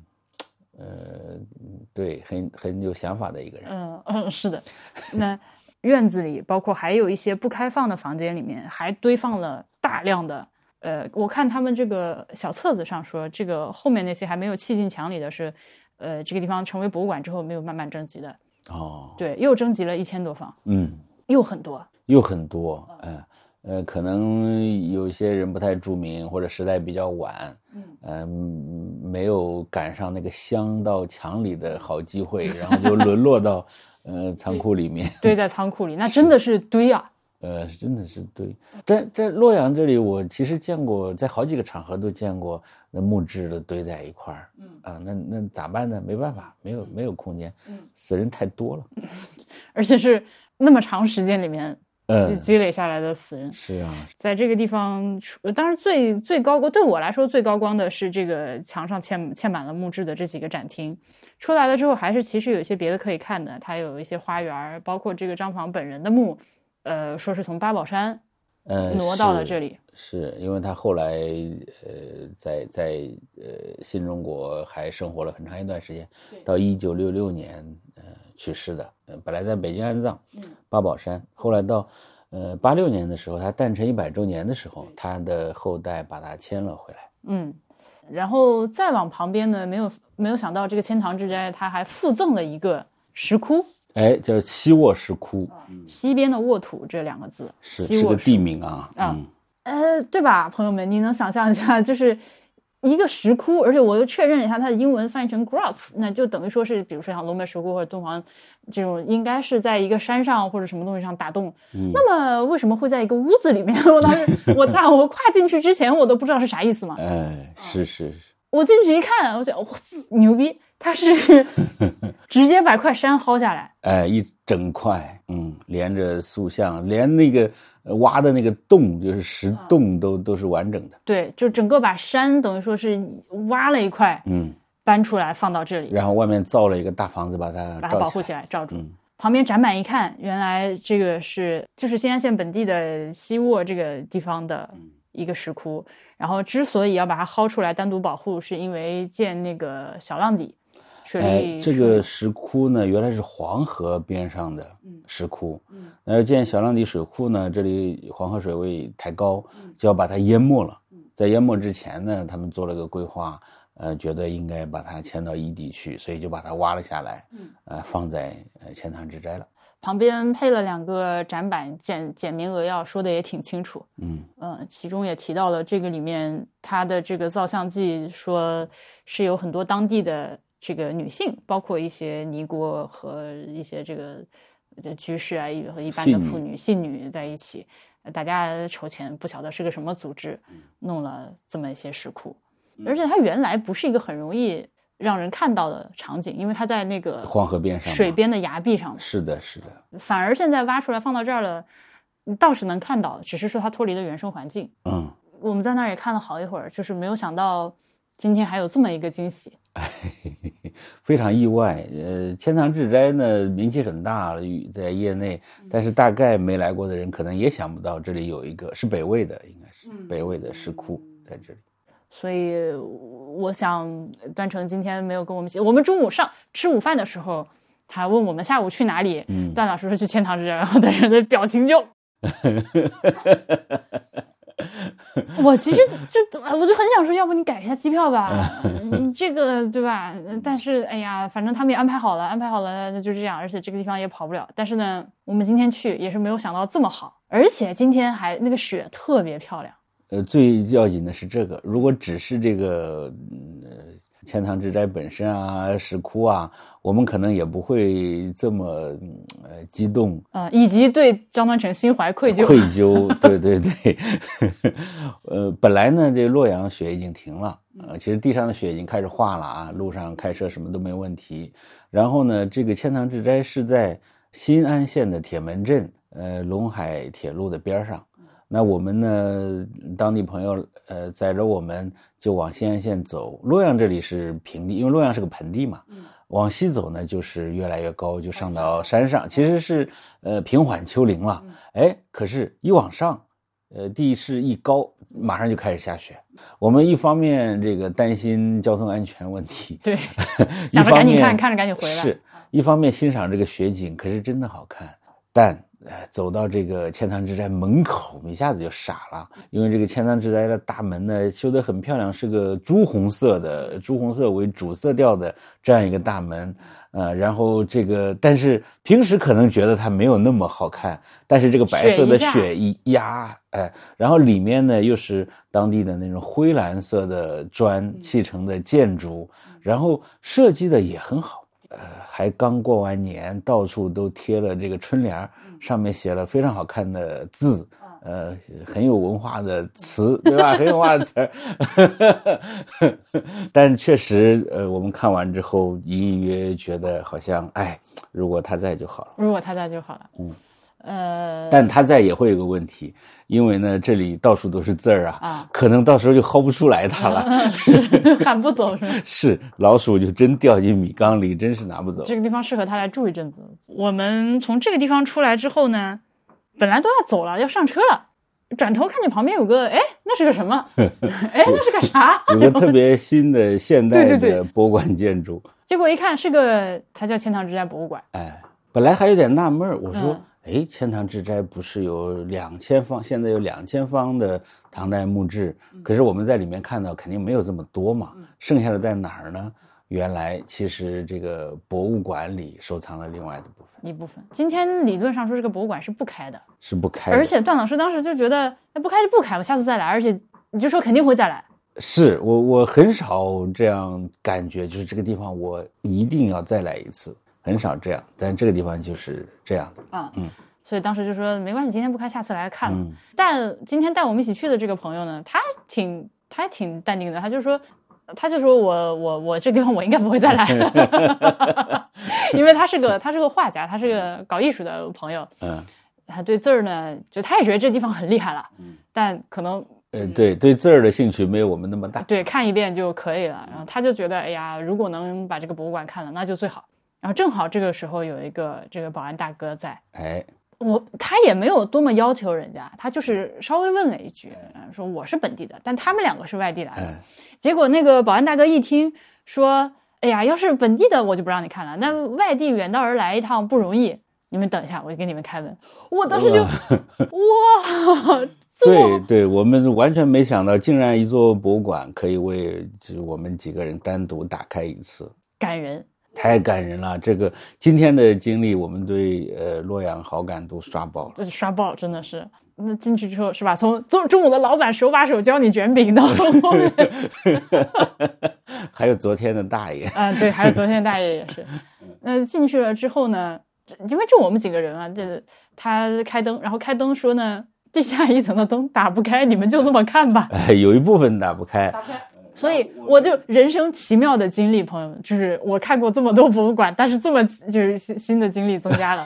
Speaker 2: 呃，对，很很有想法的一个人。
Speaker 1: 嗯 嗯，是的。那院子里，包括还有一些不开放的房间里面，还堆放了大量的。呃，我看他们这个小册子上说，这个后面那些还没有砌进墙里的是，呃，这个地方成为博物馆之后没有慢慢征集的。
Speaker 2: 哦，
Speaker 1: 对，又征集了一千多方，
Speaker 2: 嗯。
Speaker 1: 又很多。
Speaker 2: 又很多，嗯、呃，可能有些人不太著名，或者时代比较晚，嗯、没有赶上那个镶到墙里的好 机会，然后就沦落到呃仓库里面，
Speaker 1: 堆在仓库里，那真的是堆啊！
Speaker 2: 呃，是真的是对。但在洛阳这里，我其实见过，在好几个场合都见过那木质的堆在一块儿，嗯啊，那那咋办呢？没办法，没有没有空间，
Speaker 1: 嗯
Speaker 2: 死人太多了，
Speaker 1: 而且是那么长时间里面积
Speaker 2: 嗯
Speaker 1: 积累下来的死人，
Speaker 2: 是啊，
Speaker 1: 在这个地方，除当然最最高光对我来说最高光的是这个墙上嵌嵌满了木质的这几个展厅。出来了之后，还是其实有一些别的可以看的，它有一些花园儿，包括这个张房本人的墓，呃，说是从八宝山
Speaker 2: 呃，
Speaker 1: 挪到了
Speaker 2: 是
Speaker 1: 这里。
Speaker 2: 是因为他后来呃，在在呃新中国还生活了很长一段时间，到一九六六年呃去世的。呃，本来在北京安葬，
Speaker 1: 嗯
Speaker 2: 八宝山，后来到呃八六年的时候，他诞辰一百周年的时候，他的后代把他迁了回来。
Speaker 1: 嗯，然后再往旁边呢，没有没有想到这个千堂之斋，它还附赠了一个石窟，
Speaker 2: 哎，叫西沃石窟，
Speaker 1: 西边的沃土这两个字，
Speaker 2: 嗯是
Speaker 1: 啊西
Speaker 2: 是个
Speaker 1: 沃
Speaker 2: 地名啊。
Speaker 1: 啊
Speaker 2: 嗯，
Speaker 1: 呃，对吧，朋友们，你能想象一下，就是一个石窟，而且我又确认了一下，它的英文翻译成 grots，那就等于说是，比如说像龙门石窟或者敦煌这种，应该是在一个山上或者什么东西上打洞。
Speaker 2: 嗯
Speaker 1: 那么为什么会在一个屋子里面？ 我当时我大我跨进去之前，我都不知道是啥意思嘛。
Speaker 2: 哎，是是是。
Speaker 1: 我进去一看，我觉得哇牛逼，它 是直接把块山薅下来，
Speaker 2: 哎，一整块，嗯，连着塑像，连那个呃挖的那个洞，就是石
Speaker 1: 啊
Speaker 2: 洞都、都是完整的，
Speaker 1: 对，就整个把山等于说是挖了一块
Speaker 2: 嗯，
Speaker 1: 搬出来放到这里。
Speaker 2: 然后外面造了一个大房子把它
Speaker 1: 把它
Speaker 2: 罩
Speaker 1: 保
Speaker 2: 起
Speaker 1: 护
Speaker 2: 来，
Speaker 1: 起来，罩住。
Speaker 2: 嗯
Speaker 1: 旁边展板一看，原来这个是就是新安县本地的西沃这个地方的
Speaker 2: 嗯
Speaker 1: 一个石窟。然后之所以要把它薅出来单独保护，是因为建那个小浪底水利、
Speaker 2: 哎，这个石窟呢，原来是黄河边上的石窟，嗯，那要建小浪底水库呢，这里黄河水位太高，
Speaker 1: 嗯
Speaker 2: 就要把它淹没了。在淹没之前呢，他们做了个规划，呃，觉得应该把它迁到伊地去，所以就把它挖了下来，
Speaker 1: 嗯
Speaker 2: 呃，放在呃钱塘之斋了，
Speaker 1: 旁边配了两个展板，简简明扼要，说的也挺清楚。
Speaker 2: 嗯。
Speaker 1: 嗯，其中也提到了这个里面它的这个造像记，说是有很多当地的这个女性，包括一些尼姑和一些这个呃居士啊和一般的
Speaker 2: 信
Speaker 1: 妇
Speaker 2: 女
Speaker 1: 女信女在一起，呃大家筹钱，不晓得是个什么组织，
Speaker 2: 嗯
Speaker 1: 弄了这么一些石窟，而且它原来不是一个很容易让人看到的场景，因为它在那个
Speaker 2: 黄河边上吗
Speaker 1: 水边的崖壁上，
Speaker 2: 是的，是的，
Speaker 1: 反而现在挖出来放到这儿了，你倒是能看到，只是说它脱离了原生环境。
Speaker 2: 嗯
Speaker 1: 我们在那儿也看了好一会儿，就是没有想到今天还有这么一个惊喜。
Speaker 2: 非常意外，呃，千堂智斋呢名气很大，在业内，但是大概没来过的人可能也想不到这里有一个是北魏的，应该是北魏的石窟在这里。
Speaker 1: 所以我想，段成今天没有跟我们一起，我们中午上吃午饭的时候，他问我们下午去哪里，
Speaker 2: 嗯
Speaker 1: 段老师说去千堂之斋，然后段人的表情就我其实就我就很想说，要不你改一下机票吧，你这个对吧？但是哎呀，反正他们也安排好了，安排好了那就这样，而且这个地方也跑不了。但是呢，我们今天去也是没有想到这么好，而且今天还那个雪特别漂亮。
Speaker 2: 呃，最要紧的是这个，如果只是这个嗯呃千堂之斋本身啊、石窟啊，我们可能也不会这么嗯呃激动。
Speaker 1: 呃，以及对张端成心怀愧疚，
Speaker 2: 愧疚，对对对， 呃，本来呢，这洛阳雪已经停了，
Speaker 1: 嗯
Speaker 2: 呃，其实地上的雪已经开始化了啊，路上开车什么都没问题。然后呢，这个千堂之斋是在新安县的铁门镇，呃，陇海铁路的边儿上。那我们呢，当地朋友呃载着我们就往新安县走。洛阳这里是平地，因为洛阳是个盆地嘛，往西走呢就是越来越高，就上到山上，其实是呃平缓丘陵了。哎，可是，一往上，呃，地势一高，马上就开始下雪。我们一方面这个担心交通安全问题，
Speaker 1: 对，
Speaker 2: 一
Speaker 1: 想着
Speaker 2: 方
Speaker 1: 赶紧看
Speaker 2: 面
Speaker 1: 看着赶紧回来
Speaker 2: 是一方面欣赏这个雪景，可是真的好看。但呃，走到这个千仓之斋门口，一下子就傻了，因为这个千仓之斋的大门呢修得很漂亮，是个朱红色的，朱红色为主色调的这样一个大门。呃，然后这个，但是平时可能觉得它没有那么好看，但是这个白色
Speaker 1: 雪
Speaker 2: 的
Speaker 1: 一下
Speaker 2: 雪一压，哎，然后里面呢又是当地的那种灰蓝色的
Speaker 1: 嗯
Speaker 2: 砖砌成的建筑，然后设计的也很好，呃，还刚过完年，到处都贴了这个春联儿，
Speaker 1: 嗯
Speaker 2: 上面写了非常好看的字。呃，很有文化的词， 对吧？很有文化的词儿， 但确实，呃，我们看完之后，隐隐约约觉得好像，哎，如果他在就好了。
Speaker 1: 如果他在就好了。
Speaker 2: 嗯，
Speaker 1: 呃，
Speaker 2: 但他在也会有个问题，因为呢，这里到处都是字儿啊，
Speaker 1: 啊，
Speaker 2: 可能到时候就薅不出来它了。
Speaker 1: 喊不走是吗？
Speaker 2: 是老鼠就真掉进米缸里，真是拿不走。
Speaker 1: 这个地方适合他来住一阵子。我们从这个地方出来之后呢，本来都要走了，要上车了，转头看见旁边有个，哎，那是个什 么？哎，那是个啥？
Speaker 2: 有个特别新的现代
Speaker 1: 对对
Speaker 2: 的博物馆建筑，
Speaker 1: 结果一看是个，它叫钱塘之家博物馆。
Speaker 2: 哎，本来还有点纳闷儿，我说
Speaker 1: 嗯，
Speaker 2: 哎，钱塘之斋不是有两千方，现在有两千方的唐代木质，
Speaker 1: 嗯
Speaker 2: 可是我们在里面看到肯定没有这么多嘛，剩下的在哪儿呢？原来其实这个博物馆里收藏了另外的部分，
Speaker 1: 一部分，今天理论上说这个博物馆是不开的，
Speaker 2: 是不开的。
Speaker 1: 而且段老师当时就觉得，哎，不开就不开吧，下次再来，而且你就说肯定会再来，
Speaker 2: 是我我很少这样感觉，就是这个地方我一定要再来一次，很少这样。但这个地方就是这样的，
Speaker 1: 啊，
Speaker 2: 嗯，
Speaker 1: 所以当时就说没关系，今天不开，下次来看吧。
Speaker 2: 嗯
Speaker 1: 但今天带我们一起去的这个朋友呢，他挺他还挺淡定的，他就说，他就说我我我这地方我应该不会再 来了，因为他是个他是个画家，他是个搞艺术的朋友，
Speaker 2: 嗯，
Speaker 1: 他对字儿呢，就他也觉得这地方很厉害了，
Speaker 2: 嗯
Speaker 1: 但可能
Speaker 2: 呃，对对字儿的兴趣没有我们那么大，
Speaker 1: 对，看一遍就可以了。然后他就觉得，哎呀，如果能把这个博物馆看了，那就最好。然后正好这个时候有一个这个保安大哥在，
Speaker 2: 哎，
Speaker 1: 我他也没有多么要求人家，他就是稍微问了一句，呃说我是本地的，但他们两个是外地来的。
Speaker 2: 哎，
Speaker 1: 结果那个保安大哥一听说，哎呀，要是本地的我就不让你看了，那外地远道而来一趟不容易，你们等一下，我就给你们开门。我当时 就哇，这么
Speaker 2: 对对，我们完全没想到，竟然一座博物馆可以为就是我们几个人单独打开一次，
Speaker 1: 感人，
Speaker 2: 太感人了。这个今天的经历，我们对呃洛阳好感度刷爆了。
Speaker 1: 这刷爆真的是。那进去之后是吧？从中中午的老板手把手教你卷饼到后面，
Speaker 2: 还有昨天的大爷，
Speaker 1: 啊、对，还有昨天大爷也是。
Speaker 2: 嗯
Speaker 1: 呃，进去了之后呢，这因为就我们几个人啊，这他开灯，然后开灯说呢，地下一层的灯打不开，你们就这么看吧。
Speaker 2: 哎，有一部分打不开，
Speaker 1: 所以我就人生奇妙的经历， 朋友们，就是我看过这么多博物馆，但是这么就是新新的经历增加了。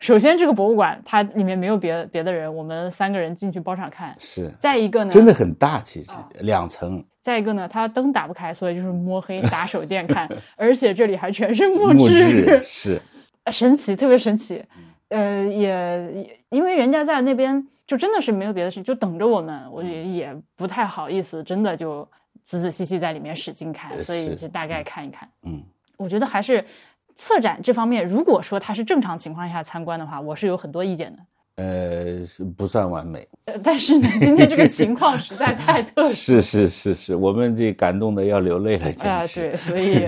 Speaker 1: 首先，这个博物馆它里面没有别别的人，我们三个人进去包场看。
Speaker 2: 是
Speaker 1: 再一个呢，
Speaker 2: 真的很大，其实
Speaker 1: 啊
Speaker 2: 两层
Speaker 1: 再一个呢，它灯打不开，所以就是摸 黑打手电看，而且这里还全是木
Speaker 2: 木
Speaker 1: 质
Speaker 2: 质， 是
Speaker 1: 呃神奇，特别神奇。
Speaker 2: 嗯
Speaker 1: 呃，也也因为人家在那边就真的是没有别的事，就等着我们，
Speaker 2: 嗯
Speaker 1: 我也也不太好意思，真的就仔仔细细在里面使劲看，
Speaker 2: 呃
Speaker 1: 所以
Speaker 2: 是
Speaker 1: 就大概看一看。
Speaker 2: 嗯
Speaker 1: 我觉得还是策展这方面，如果说它是正常情况下参观的话，我是有很多意见的。
Speaker 2: 呃是不算完美，
Speaker 1: 呃，但是呢，今天这个情况实在 太
Speaker 2: 嗯
Speaker 1: 特殊。
Speaker 2: 是是是是，我们这感动的要流泪了，
Speaker 1: 啊、
Speaker 2: 简直。
Speaker 1: 对，所以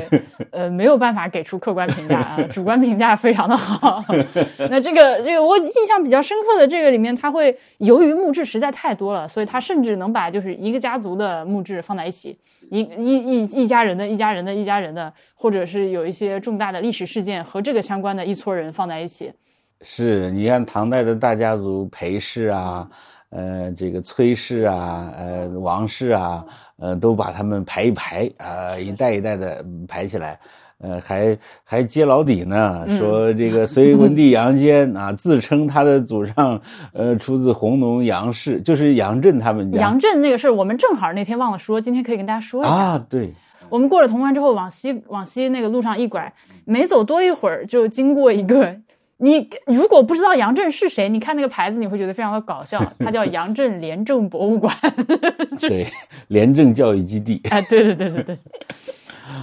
Speaker 1: 呃，没有办法给出客观评价啊，主观评价非常的好。 那这个这个，我印象比较深刻的这个里面，它会由于木质实在太多了，所以它甚至能把就是一个家族的木质放在一起，一一一一家人的一家人的一家人的，或者是有一些重大的历史事件和这个相关的一撮人放在一起。
Speaker 2: 是你看唐代的大家族裴氏啊，呃，这个崔氏啊，呃，王氏啊，呃，都把他们排一排啊、一代一代的排起来，呃，还还揭老底呢，说这个隋文帝杨坚啊，自称他的祖上呃出自弘农杨氏，就是杨震他们家
Speaker 1: 杨震那个事儿，我们正好那天忘了说，今天可以跟大家说一下。
Speaker 2: 啊，对，
Speaker 1: 我们过了潼关之后，往西往西那个路上一拐，没走多一会儿就经过一个。你如果不知道杨震是谁，你看那个牌子，你会觉得非常的搞笑。它叫杨震廉政博物馆。
Speaker 2: 对，廉政教育基地，
Speaker 1: 哎，对对对对对。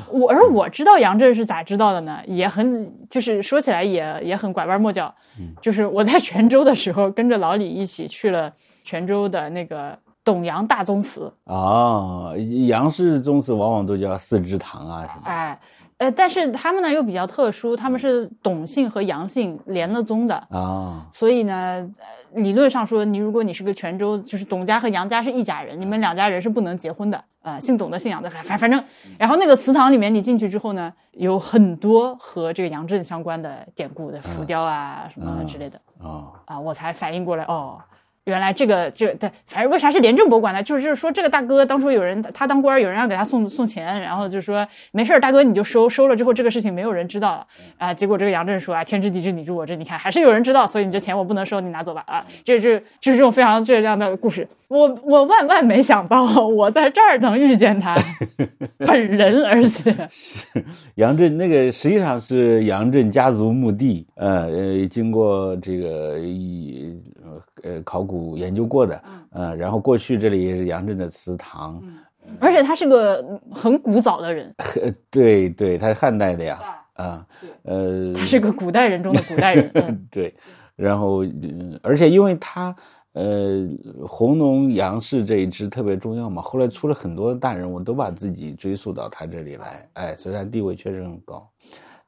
Speaker 1: 我而我知道杨震是咋知道的呢？也很就是说起来也也很拐弯抹角。就是我在泉州的时候，跟着老李一起去了泉州的那个董杨大宗祠。
Speaker 2: 啊，杨氏宗祠往往都叫四支堂啊什么，
Speaker 1: 哎，呃，但是他们呢又比较特殊，他们是董姓和杨姓连了宗的，
Speaker 2: 啊，
Speaker 1: 所以呢，呃，理论上说，你如果你是个泉州，就是董家和杨家是一家人，你们两家人是不能结婚的。呃，姓董的、姓杨的，反反正，然后那个祠堂里面你进去之后呢，有很多和这个杨震相关的典故的浮雕啊、什么之类的
Speaker 2: 啊。
Speaker 1: 啊，我才反应过来哦。原来这个这个对，反正为啥是廉政博物馆呢？就是就是说这个大哥当初有人他当官儿，有人要给他送送钱，然后就说没事儿，大哥你就收，收了之后这个事情没有人知道了啊、结果这个杨震说啊，天知地知你知我知，你看还是有人知道，所以你这钱我不能收，你拿走吧啊！这这这是这种非常这样的故事，我我万万没想到我在这儿能遇见他本人，而且
Speaker 2: 杨震那个实际上是杨震家族墓地，呃呃，经过这个一呃考古研究过的，呃，然后过去这里也是杨震的祠堂，
Speaker 1: 而且他是个很古早的人，
Speaker 2: 呃对对，它是汉代的呀，啊，呃，
Speaker 1: 他是个古代人中的古代人。嗯
Speaker 2: 对，然后、嗯而且因为它呃弘农杨氏这一支特别重要嘛，后来出了很多大人物都把自己追溯到他这里来，哎，所以他地位确实很高。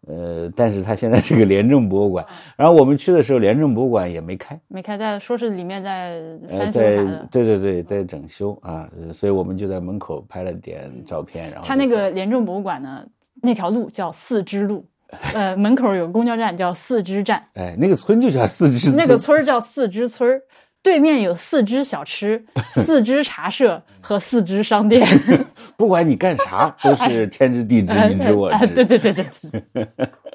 Speaker 2: 呃，但是他现在是个廉政博物
Speaker 1: 啊
Speaker 2: 馆，然后我们去的时候，廉政博物馆也没开，
Speaker 1: 没开在说是里面在
Speaker 2: 呃，
Speaker 1: 翻修啥
Speaker 2: 在
Speaker 1: 的。
Speaker 2: 对对对，在整修啊，呃所以我们就在门口拍了点照片，然后
Speaker 1: 它
Speaker 2: 就
Speaker 1: 那
Speaker 2: 走
Speaker 1: 个廉政博物馆呢，那条路叫四支路，呃，门口有个公交站叫四支站，
Speaker 2: 哎那个村就叫四支
Speaker 1: 那个
Speaker 2: 村
Speaker 1: 村儿叫四支村儿，对面有四支小 吃、四支茶社和四支商店。
Speaker 2: 不管你干啥都 是天知地知你知我
Speaker 1: 哎
Speaker 2: 知，
Speaker 1: 对对对对对，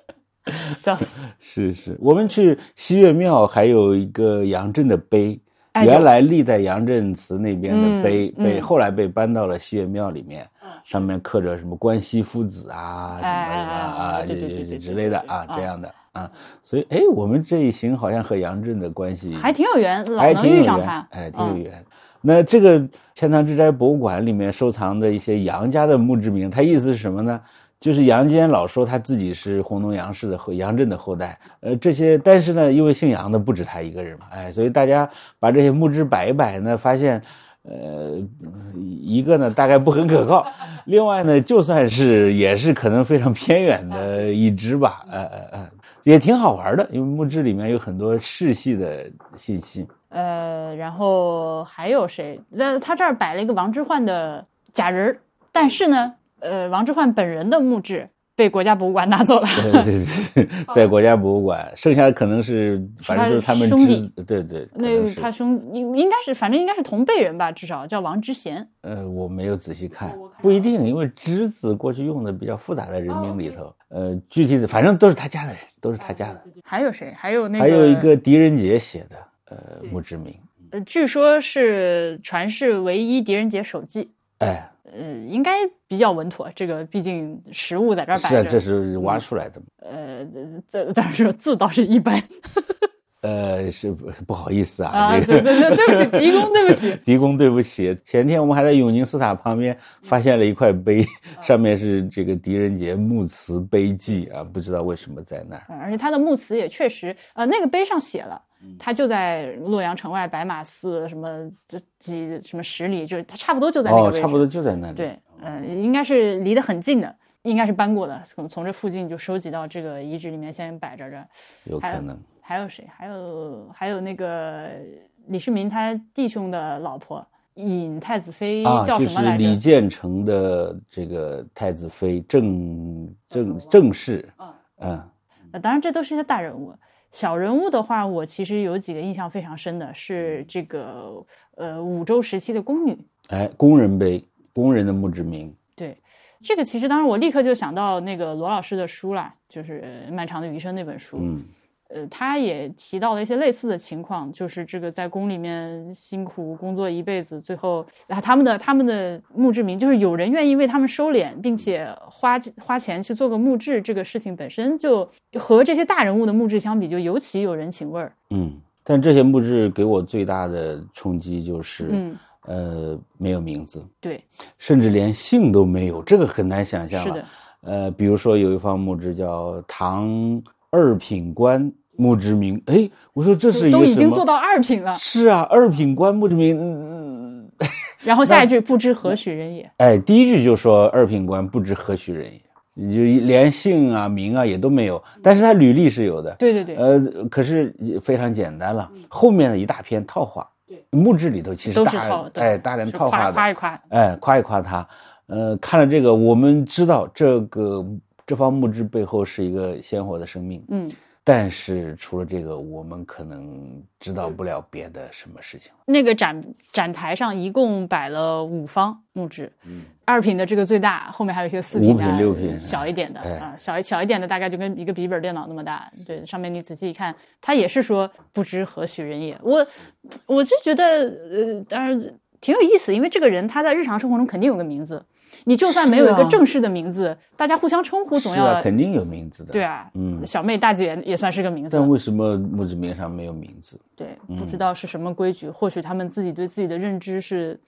Speaker 1: 笑死！
Speaker 2: 是是，我们去西岳庙还有一个杨震的碑，
Speaker 1: 哎
Speaker 2: 原
Speaker 1: 有
Speaker 2: 来立在杨震祠那边的碑，
Speaker 1: 嗯
Speaker 2: 被
Speaker 1: 嗯
Speaker 2: 后来被搬到了西岳庙里面，上面刻着什么关西夫子啊，什么
Speaker 1: 哎
Speaker 2: 什么
Speaker 1: 哎哎
Speaker 2: 啊，
Speaker 1: 哎
Speaker 2: 这
Speaker 1: 对对对
Speaker 2: 这
Speaker 1: 对
Speaker 2: 之类的
Speaker 1: 对对
Speaker 2: 啊，
Speaker 1: 对
Speaker 2: 这
Speaker 1: 啊
Speaker 2: 样的啊，所以哎，我们这一行好像和杨震的关系
Speaker 1: 还挺有缘，老
Speaker 2: 还
Speaker 1: 能
Speaker 2: 挺有
Speaker 1: 遇上
Speaker 2: 缘
Speaker 1: 他。
Speaker 2: 哎，挺有
Speaker 1: 嗯
Speaker 2: 缘。那这个钱塘之斋博物馆里面收藏的一些杨家的墓志铭，它意思是什么呢？就是杨坚老说他自己是弘农杨氏的后杨震的后代，呃，这些但是呢，因为姓杨的不止他一个人嘛，哎，所以大家把这些墓志摆一摆呢，发现，呃，一个呢大概不很 可靠，另外呢，就算是也是可能非常偏远的
Speaker 1: 嗯
Speaker 2: 一支吧，呃呃呃，也挺好玩的，因为墓志里面有很多世系的信息，
Speaker 1: 呃，然后还有谁？那他这儿摆了一个王之涣的假人儿，但是呢，呃，王之涣本人的墓志被国家博物馆拿走了。
Speaker 2: 对 对对，在国家博物馆，剩下的可能是反正就是他们
Speaker 1: 是他兄
Speaker 2: 之
Speaker 1: 弟
Speaker 2: 对对，可能
Speaker 1: 那
Speaker 2: 是
Speaker 1: 他兄应应该是，反正应该是同辈人吧，至少叫王之贤。
Speaker 2: 呃，我没有仔细看
Speaker 1: 我看，
Speaker 2: 不一
Speaker 1: 到哦
Speaker 2: 定，因为“之”字过去用的比较复杂的人名里头，呃，具体的反正都是他家的人，都是他家的。
Speaker 1: 还有谁？还哦有那个，
Speaker 2: 还有一个狄仁杰写的，呃，
Speaker 1: 对
Speaker 2: 墓志铭，
Speaker 1: 呃，据说是传世唯一狄仁杰手记，
Speaker 2: 哎，
Speaker 1: 呃，应该比较稳妥。这个毕竟实物在这儿摆
Speaker 2: 是啊，
Speaker 1: 着，
Speaker 2: 这是
Speaker 1: 嗯
Speaker 2: 挖出来的嘛，
Speaker 1: 呃，这这但是字倒是一般
Speaker 2: 呃，是不不好意思啊，
Speaker 1: 啊。对
Speaker 2: 这
Speaker 1: 对
Speaker 2: 个。
Speaker 1: 对，对不起，狄公，对不起。
Speaker 2: 狄公，对不起，前天我们还在永宁寺塔旁边发现了一块碑，
Speaker 1: 嗯
Speaker 2: 上面是这个狄仁杰墓祠碑记啊，不知道为什么在那儿。
Speaker 1: 嗯而且他的墓祠也确实，呃，那个碑上写了，
Speaker 2: 嗯
Speaker 1: 他就在洛阳城外白马寺什么这几什么十里，就是他差不多就在那个
Speaker 2: 哦，
Speaker 1: 位置。
Speaker 2: 差不多就在那里。
Speaker 1: 对，嗯、应该是离得很近的，应该是搬过的，从从这附近就收集到这个遗址里面，先摆着着。
Speaker 2: 有
Speaker 1: 还
Speaker 2: 可
Speaker 1: 有
Speaker 2: 能。
Speaker 1: 还有谁？还有还有那个李世民他弟兄的老婆尹太子妃
Speaker 2: 啊，
Speaker 1: 叫
Speaker 2: 就
Speaker 1: 什么
Speaker 2: 是
Speaker 1: 来着？
Speaker 2: 李建成的这个太子妃正正正室，嗯，
Speaker 1: 呃，当然这都是一些大人物。小人物的话，我其实有几个印象非常深的，是这个呃武周时期的宫女。
Speaker 2: 哎，工人碑，工人的墓志铭，
Speaker 1: 对，这个其实当时我立刻就想到那个罗老师的书啦，就是《漫长的余生》那本书。
Speaker 2: 嗯，
Speaker 1: 呃，他也提到了一些类似的情况，就是这个在宫里面辛苦工作一辈子，最后啊，他们的他们的墓志铭，就是有人愿意为他们收敛，并且花花钱去做个墓志，这个事情本身就和这些大人物的墓志相比，就尤其有人情味儿。
Speaker 2: 嗯，但这些墓志给我最大的冲击就是，
Speaker 1: 嗯，
Speaker 2: 呃，没有名字，
Speaker 1: 对，
Speaker 2: 甚至连姓都没有，这个很难想象
Speaker 1: 是
Speaker 2: 了。
Speaker 1: 的，
Speaker 2: 呃，比如说有一方墓志叫唐二品官墓志铭，哎，我说这是一个
Speaker 1: 都已
Speaker 2: 什
Speaker 1: 经
Speaker 2: 么
Speaker 1: 做到二品了，
Speaker 2: 是啊，二品官墓志铭，嗯嗯。嗯
Speaker 1: 然后下一句不知何许人也。
Speaker 2: 哎，第一句就说二品官不知何许人也，你就连姓啊、名啊也都没有，
Speaker 1: 嗯
Speaker 2: 但是他履历是有的。
Speaker 1: 对对对，
Speaker 2: 呃，可是也非常简单了，后面的一大篇套话，墓志里头其
Speaker 1: 嗯
Speaker 2: 实
Speaker 1: 都是
Speaker 2: 大
Speaker 1: 套对
Speaker 2: 哎大量
Speaker 1: 是
Speaker 2: 套话
Speaker 1: 夸
Speaker 2: 的，
Speaker 1: 夸一夸，
Speaker 2: 哎夸一夸他。呃，看了这个，我们知道这个这方墓志背后是一个鲜活的生命，
Speaker 1: 嗯。
Speaker 2: 但是除了这个，我们可能知道不了别的什么事情了。
Speaker 1: 那个展展台上一共摆了五方木质，
Speaker 2: 嗯
Speaker 1: 二品的这个最大，后面还有一些四品的、
Speaker 2: 五品六品
Speaker 1: 小一点的、
Speaker 2: 哎
Speaker 1: 啊，小一小一点的大概就跟一个笔记本电脑那么大。对，上面你仔细一看，它也是说不知何许人也。我我就觉得呃，当然挺有意思，因为这个人他在日常生活中肯定有个名字，你就算没有一
Speaker 2: 是
Speaker 1: 个
Speaker 2: 啊
Speaker 1: 正式的名字，大家互相称呼总
Speaker 2: 是
Speaker 1: 要、
Speaker 2: 啊，肯定有名字的。
Speaker 1: 对，啊，
Speaker 2: 嗯
Speaker 1: 小妹大姐也算是个名字
Speaker 2: 但。为嗯什么墓志铭上没有名字？
Speaker 1: 对，不知道是什么规矩，或许他们自己对自己的认知是，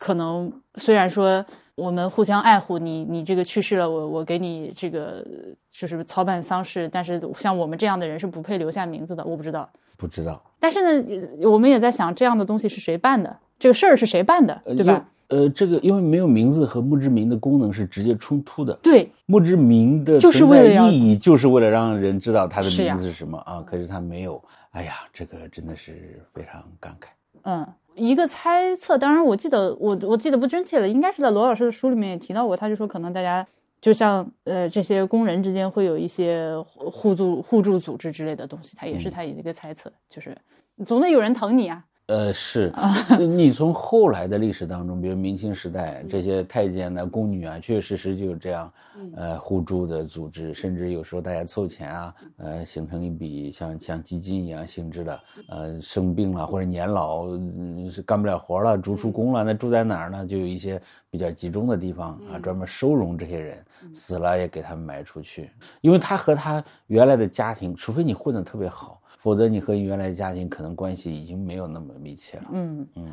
Speaker 1: 可能虽然说我们互相爱护你，你这个去世了，我我给你这个就是操办丧事，但是像我们这样的人是不配留下名字的，我不知道。
Speaker 2: 不知道。
Speaker 1: 但是呢，呃我们也在想，这样的东西是谁办的？这个事儿是谁办的，
Speaker 2: 呃
Speaker 1: 对吧？？
Speaker 2: 因为呃，这个因为没有名字和墓志铭的功能是直接冲突的。
Speaker 1: 对，
Speaker 2: 墓志铭的
Speaker 1: 就是
Speaker 2: 存
Speaker 1: 为了
Speaker 2: 在
Speaker 1: 要
Speaker 2: 意义就是为了让人知道它的
Speaker 1: 是呀
Speaker 2: 名字是什么啊可是它没有。哎呀，这个真的是非常感慨。
Speaker 1: 嗯，一个猜测，当然我记得我我记得不真切了，应该是在罗老师的书里面也提到过，他就说可能大家就像呃这些工人之间会有一些互互助互助组织之类的东西，他也
Speaker 2: 嗯
Speaker 1: 是他一个猜测，就是总得有人疼你啊，
Speaker 2: 呃，是你从后来的历史当中，比如明清时代，这些太监呐、宫女啊，确确实实就有这样，呃，互助的组织，甚至有时候大家凑钱啊，呃，形成一笔像像基金一样性质的，呃，生病了或者年老、嗯是干不了活了，逐出宫了，那住在哪儿呢？就有一些比较集中的地方啊，专门收容这些人，死了也给他们埋出去，因为他和他原来的家庭，除非你混得特别好。否则你和你原来的家庭可能关系已经没有那么密切了。
Speaker 1: 嗯
Speaker 2: 嗯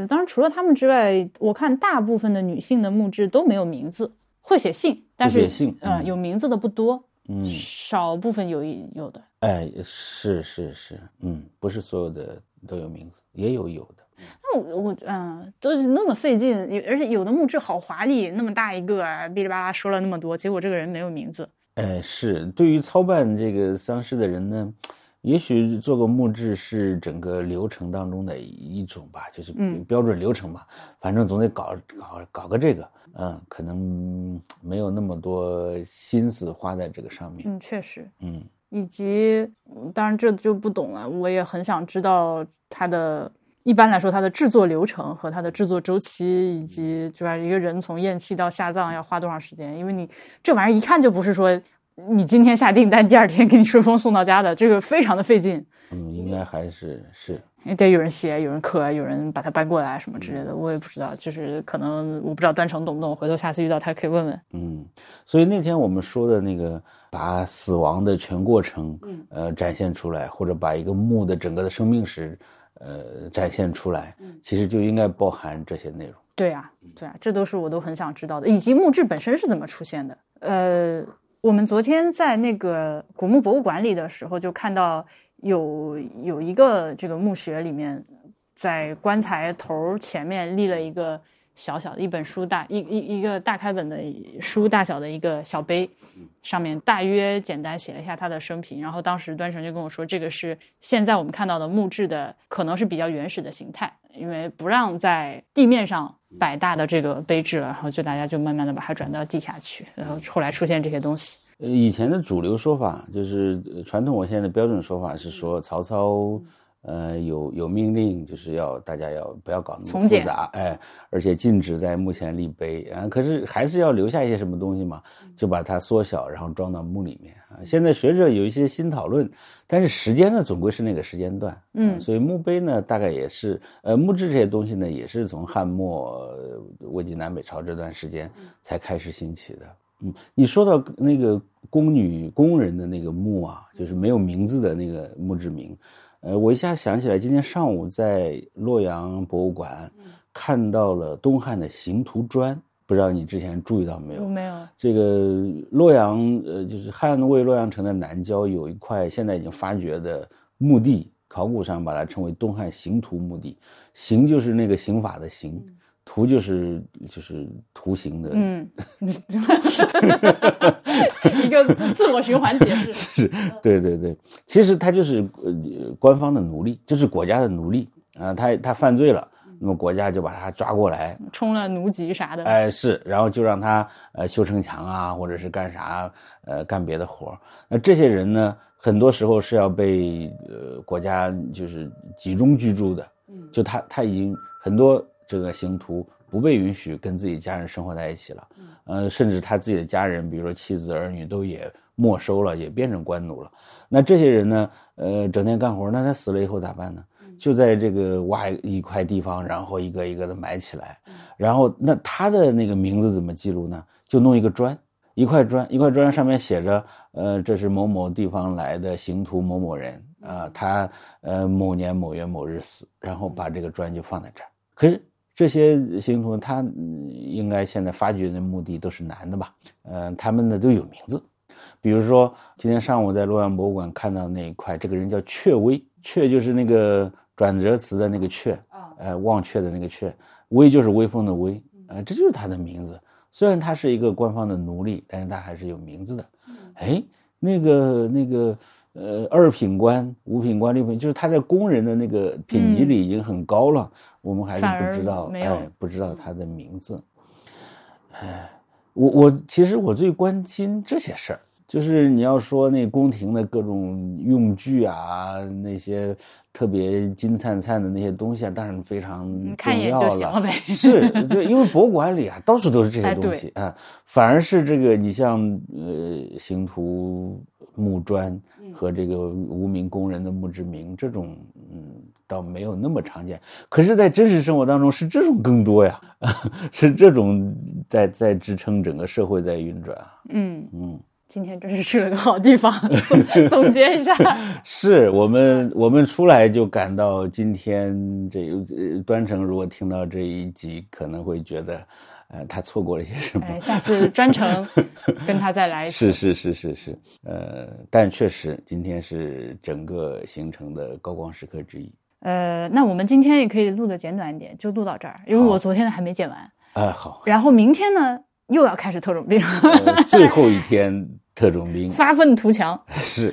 Speaker 1: 呃，当然除了他们之外，我看大部分的女性的墓志都没有名字，会写信，但是
Speaker 2: 会写信
Speaker 1: 呃
Speaker 2: 嗯
Speaker 1: 有名字的不多，
Speaker 2: 嗯，
Speaker 1: 少部分有一有的。
Speaker 2: 哎，是是是，嗯，不是所有的都有名字，也有有的。
Speaker 1: 那我我嗯，都是那么费劲，有而且有的木质好华丽，那么大一个，啊哔哩吧啦说了那么多，结果这个人没有名字。
Speaker 2: 哎，是对于操办这个丧事的人呢，也许做个木质是整个流程当中的一种吧，就是标准流程吧，反正总得搞搞搞个这个，嗯，可能没有那么多心思花在这个上面，
Speaker 1: 嗯，确实，
Speaker 2: 嗯，
Speaker 1: 以及嗯当然这就不懂了，我也很想知道它的。一般来说，它的制作流程和它的制作周期，以及就是一个人从咽气到下葬要花多长时间？因为你这玩意儿一看就不是说你今天下订单，第二天给你顺丰送到家的，这个非常的费劲，
Speaker 2: 嗯，应该还是是，
Speaker 1: 也得有人写，有人刻，有人把它搬过来什么之类的。我也不知道，就是可能我不知道单程懂不懂，回头下次遇到他可以问问。
Speaker 2: 嗯，所以那天我们说的那个，把死亡的全过程，呃，展现出来，或者把一个墓的整个的生命史，呃，展现出来，其实就应该包含这些内容。
Speaker 1: 对啊，对啊，这都是我都很想知道的，以及木质本身是怎么出现的。呃，我们昨天在那个古墓博物馆里的时候，就看到有有一个这个墓穴里面，在棺材头前面立了一个小小的一本书大一一一个大开本的书大小的一个小碑，上面大约简单写了一下他的生平。然后当时端成就跟我说，这个是现在我们看到的木质的，可能是比较原始的形态，因为不让在地面上摆大的这个碑志了，然后就大家就慢慢的把它转到地下去，然后后来出现这些东西。
Speaker 2: 呃，以前的主流说法就是呃传统文献的标准说法是说曹操，呃，有有命令就是要大家要不要搞那么
Speaker 1: 从
Speaker 2: 复
Speaker 1: 简
Speaker 2: 杂，哎，而且禁止在墓前立碑啊，可是还是要留下一些什么东西嘛，
Speaker 1: 嗯
Speaker 2: 就把它缩小，然后装到墓里面啊。现在学者有一些新讨论，但是时间呢总归是那个时间段，啊
Speaker 1: 嗯
Speaker 2: 所以墓碑呢大概也是呃木质这些东西呢也是从汉末呃魏晋南北朝这段时
Speaker 1: 嗯
Speaker 2: 间才开始兴起的，嗯，你说到那个宫女工人的那个墓啊，就是没有名字的那个墓志铭，呃，我一下想起来，今天上午在洛阳博物馆看到了东汉的行图砖，不知道你之前注意到没有？
Speaker 1: 没有，
Speaker 2: 这个洛阳，呃，就是汉魏洛阳城的南郊有一块现在已经发掘的墓地，考古上把它称为东汉刑徒墓地。刑就是那个刑法的刑，徒就是就是徒刑的
Speaker 1: 嗯，一个自自我循环解 释。
Speaker 2: 是，对对对，其实他就是呃官方的奴隶，就是国家的奴隶啊、他他犯罪了，那么国家就把他抓过来，
Speaker 1: 充了奴籍啥的，
Speaker 2: 哎、是，然后就让他呃修城墙啊，或者是干啥呃干别的活儿那这些人呢，很多时候是要被呃国家就是集中居住的，就他他已经很多这个刑徒不被允许跟自己家人生活在一起了，呃，甚至他自己的家人，比如说妻子儿女都也没收了，也变成官奴了。那这些人呢，呃，整天干活，那他死了以后咋办呢？就在这个挖一块地方，然后一个一个的埋起来，然后那他的那个名字怎么记录呢？就弄一个砖，一块砖，一块砖上面写着，呃，这是某某地方来的刑徒某某人啊、他呃某年某月某日死，然后把这个砖就放在这儿。可是这些刑徒，他嗯应该现在发掘的墓地都是男的吧？呃，他们呢都有名字，比如说今天上午在洛阳博物馆看到那一块，这个人叫阙微，阙就是那个转折词的那个阙，
Speaker 1: 啊
Speaker 2: 呃，忘却的那个阙，微就是微风的微，
Speaker 1: 嗯
Speaker 2: 呃，这就是他的名字。虽然他是一个官方的奴隶，但是他还是有名字的。
Speaker 1: 嗯
Speaker 2: 哎，那个那个，呃，二品官、五品官、六品，就是他在工人的那个品级里已经很高了，我们还
Speaker 1: 嗯反
Speaker 2: 是
Speaker 1: 而
Speaker 2: 不知道，
Speaker 1: 没有嗯
Speaker 2: 哎，不知道他的名字。哎，我我其实我最关心这些事儿。就是你要说那宫廷的各种用具啊，那些特别金灿灿的那些东西啊，当然非常
Speaker 1: 你嗯看
Speaker 2: 重
Speaker 1: 一眼
Speaker 2: 要
Speaker 1: 就行了呗。
Speaker 2: 是，对，因为博物馆里啊，到处都是这些
Speaker 1: 哎
Speaker 2: 东
Speaker 1: 对
Speaker 2: 西啊，反而是这个，你像呃，刑徒木砖
Speaker 1: 嗯
Speaker 2: 和这个无名工人的墓志铭这种，嗯，倒没有那么常见。可是，在真实生活当中，是这种更多呀， 是这种在在支撑整个社会在运转啊。
Speaker 1: 嗯，
Speaker 2: 嗯，
Speaker 1: 今天真是去了个好地方。 总总结一下，
Speaker 2: 是我们我们出来就感到今天这呃端成如果听到这一集，可能会觉得，呃，他错过了些什么。
Speaker 1: 哎，下次专程跟他再来一次。
Speaker 2: 是是是是是，呃，但确实今天是整个行程的高光时刻之一。
Speaker 1: 呃，那我们今天也可以录的简短一点，就录到这儿，因为
Speaker 2: 好
Speaker 1: 我昨天的还没剪完。
Speaker 2: 啊， 好，
Speaker 1: 然后明天呢，又要 开始特种兵，
Speaker 2: 呃最后一天特种兵
Speaker 1: 发愤图强。
Speaker 2: 是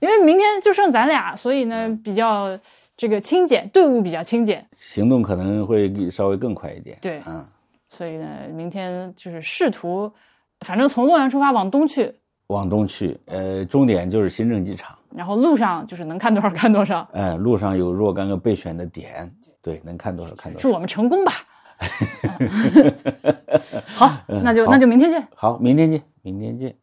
Speaker 1: 因为明天就剩咱俩，所以呢比较这个清简，队伍比较清简，
Speaker 2: 行动可能会稍微更快一点。
Speaker 1: 对
Speaker 2: 啊，
Speaker 1: 所以呢明天就是试图，反正从洛阳出发往东去，
Speaker 2: 往东去，呃，终点就是新郑机场。
Speaker 1: 然后路上就是能看多少看多少，
Speaker 2: 哎、路上有若干个备选的点，对，能看多少看多少。
Speaker 1: 祝我们成功吧。好，那就
Speaker 2: 好
Speaker 1: 那就明天见。
Speaker 2: 好，明天见，明天见。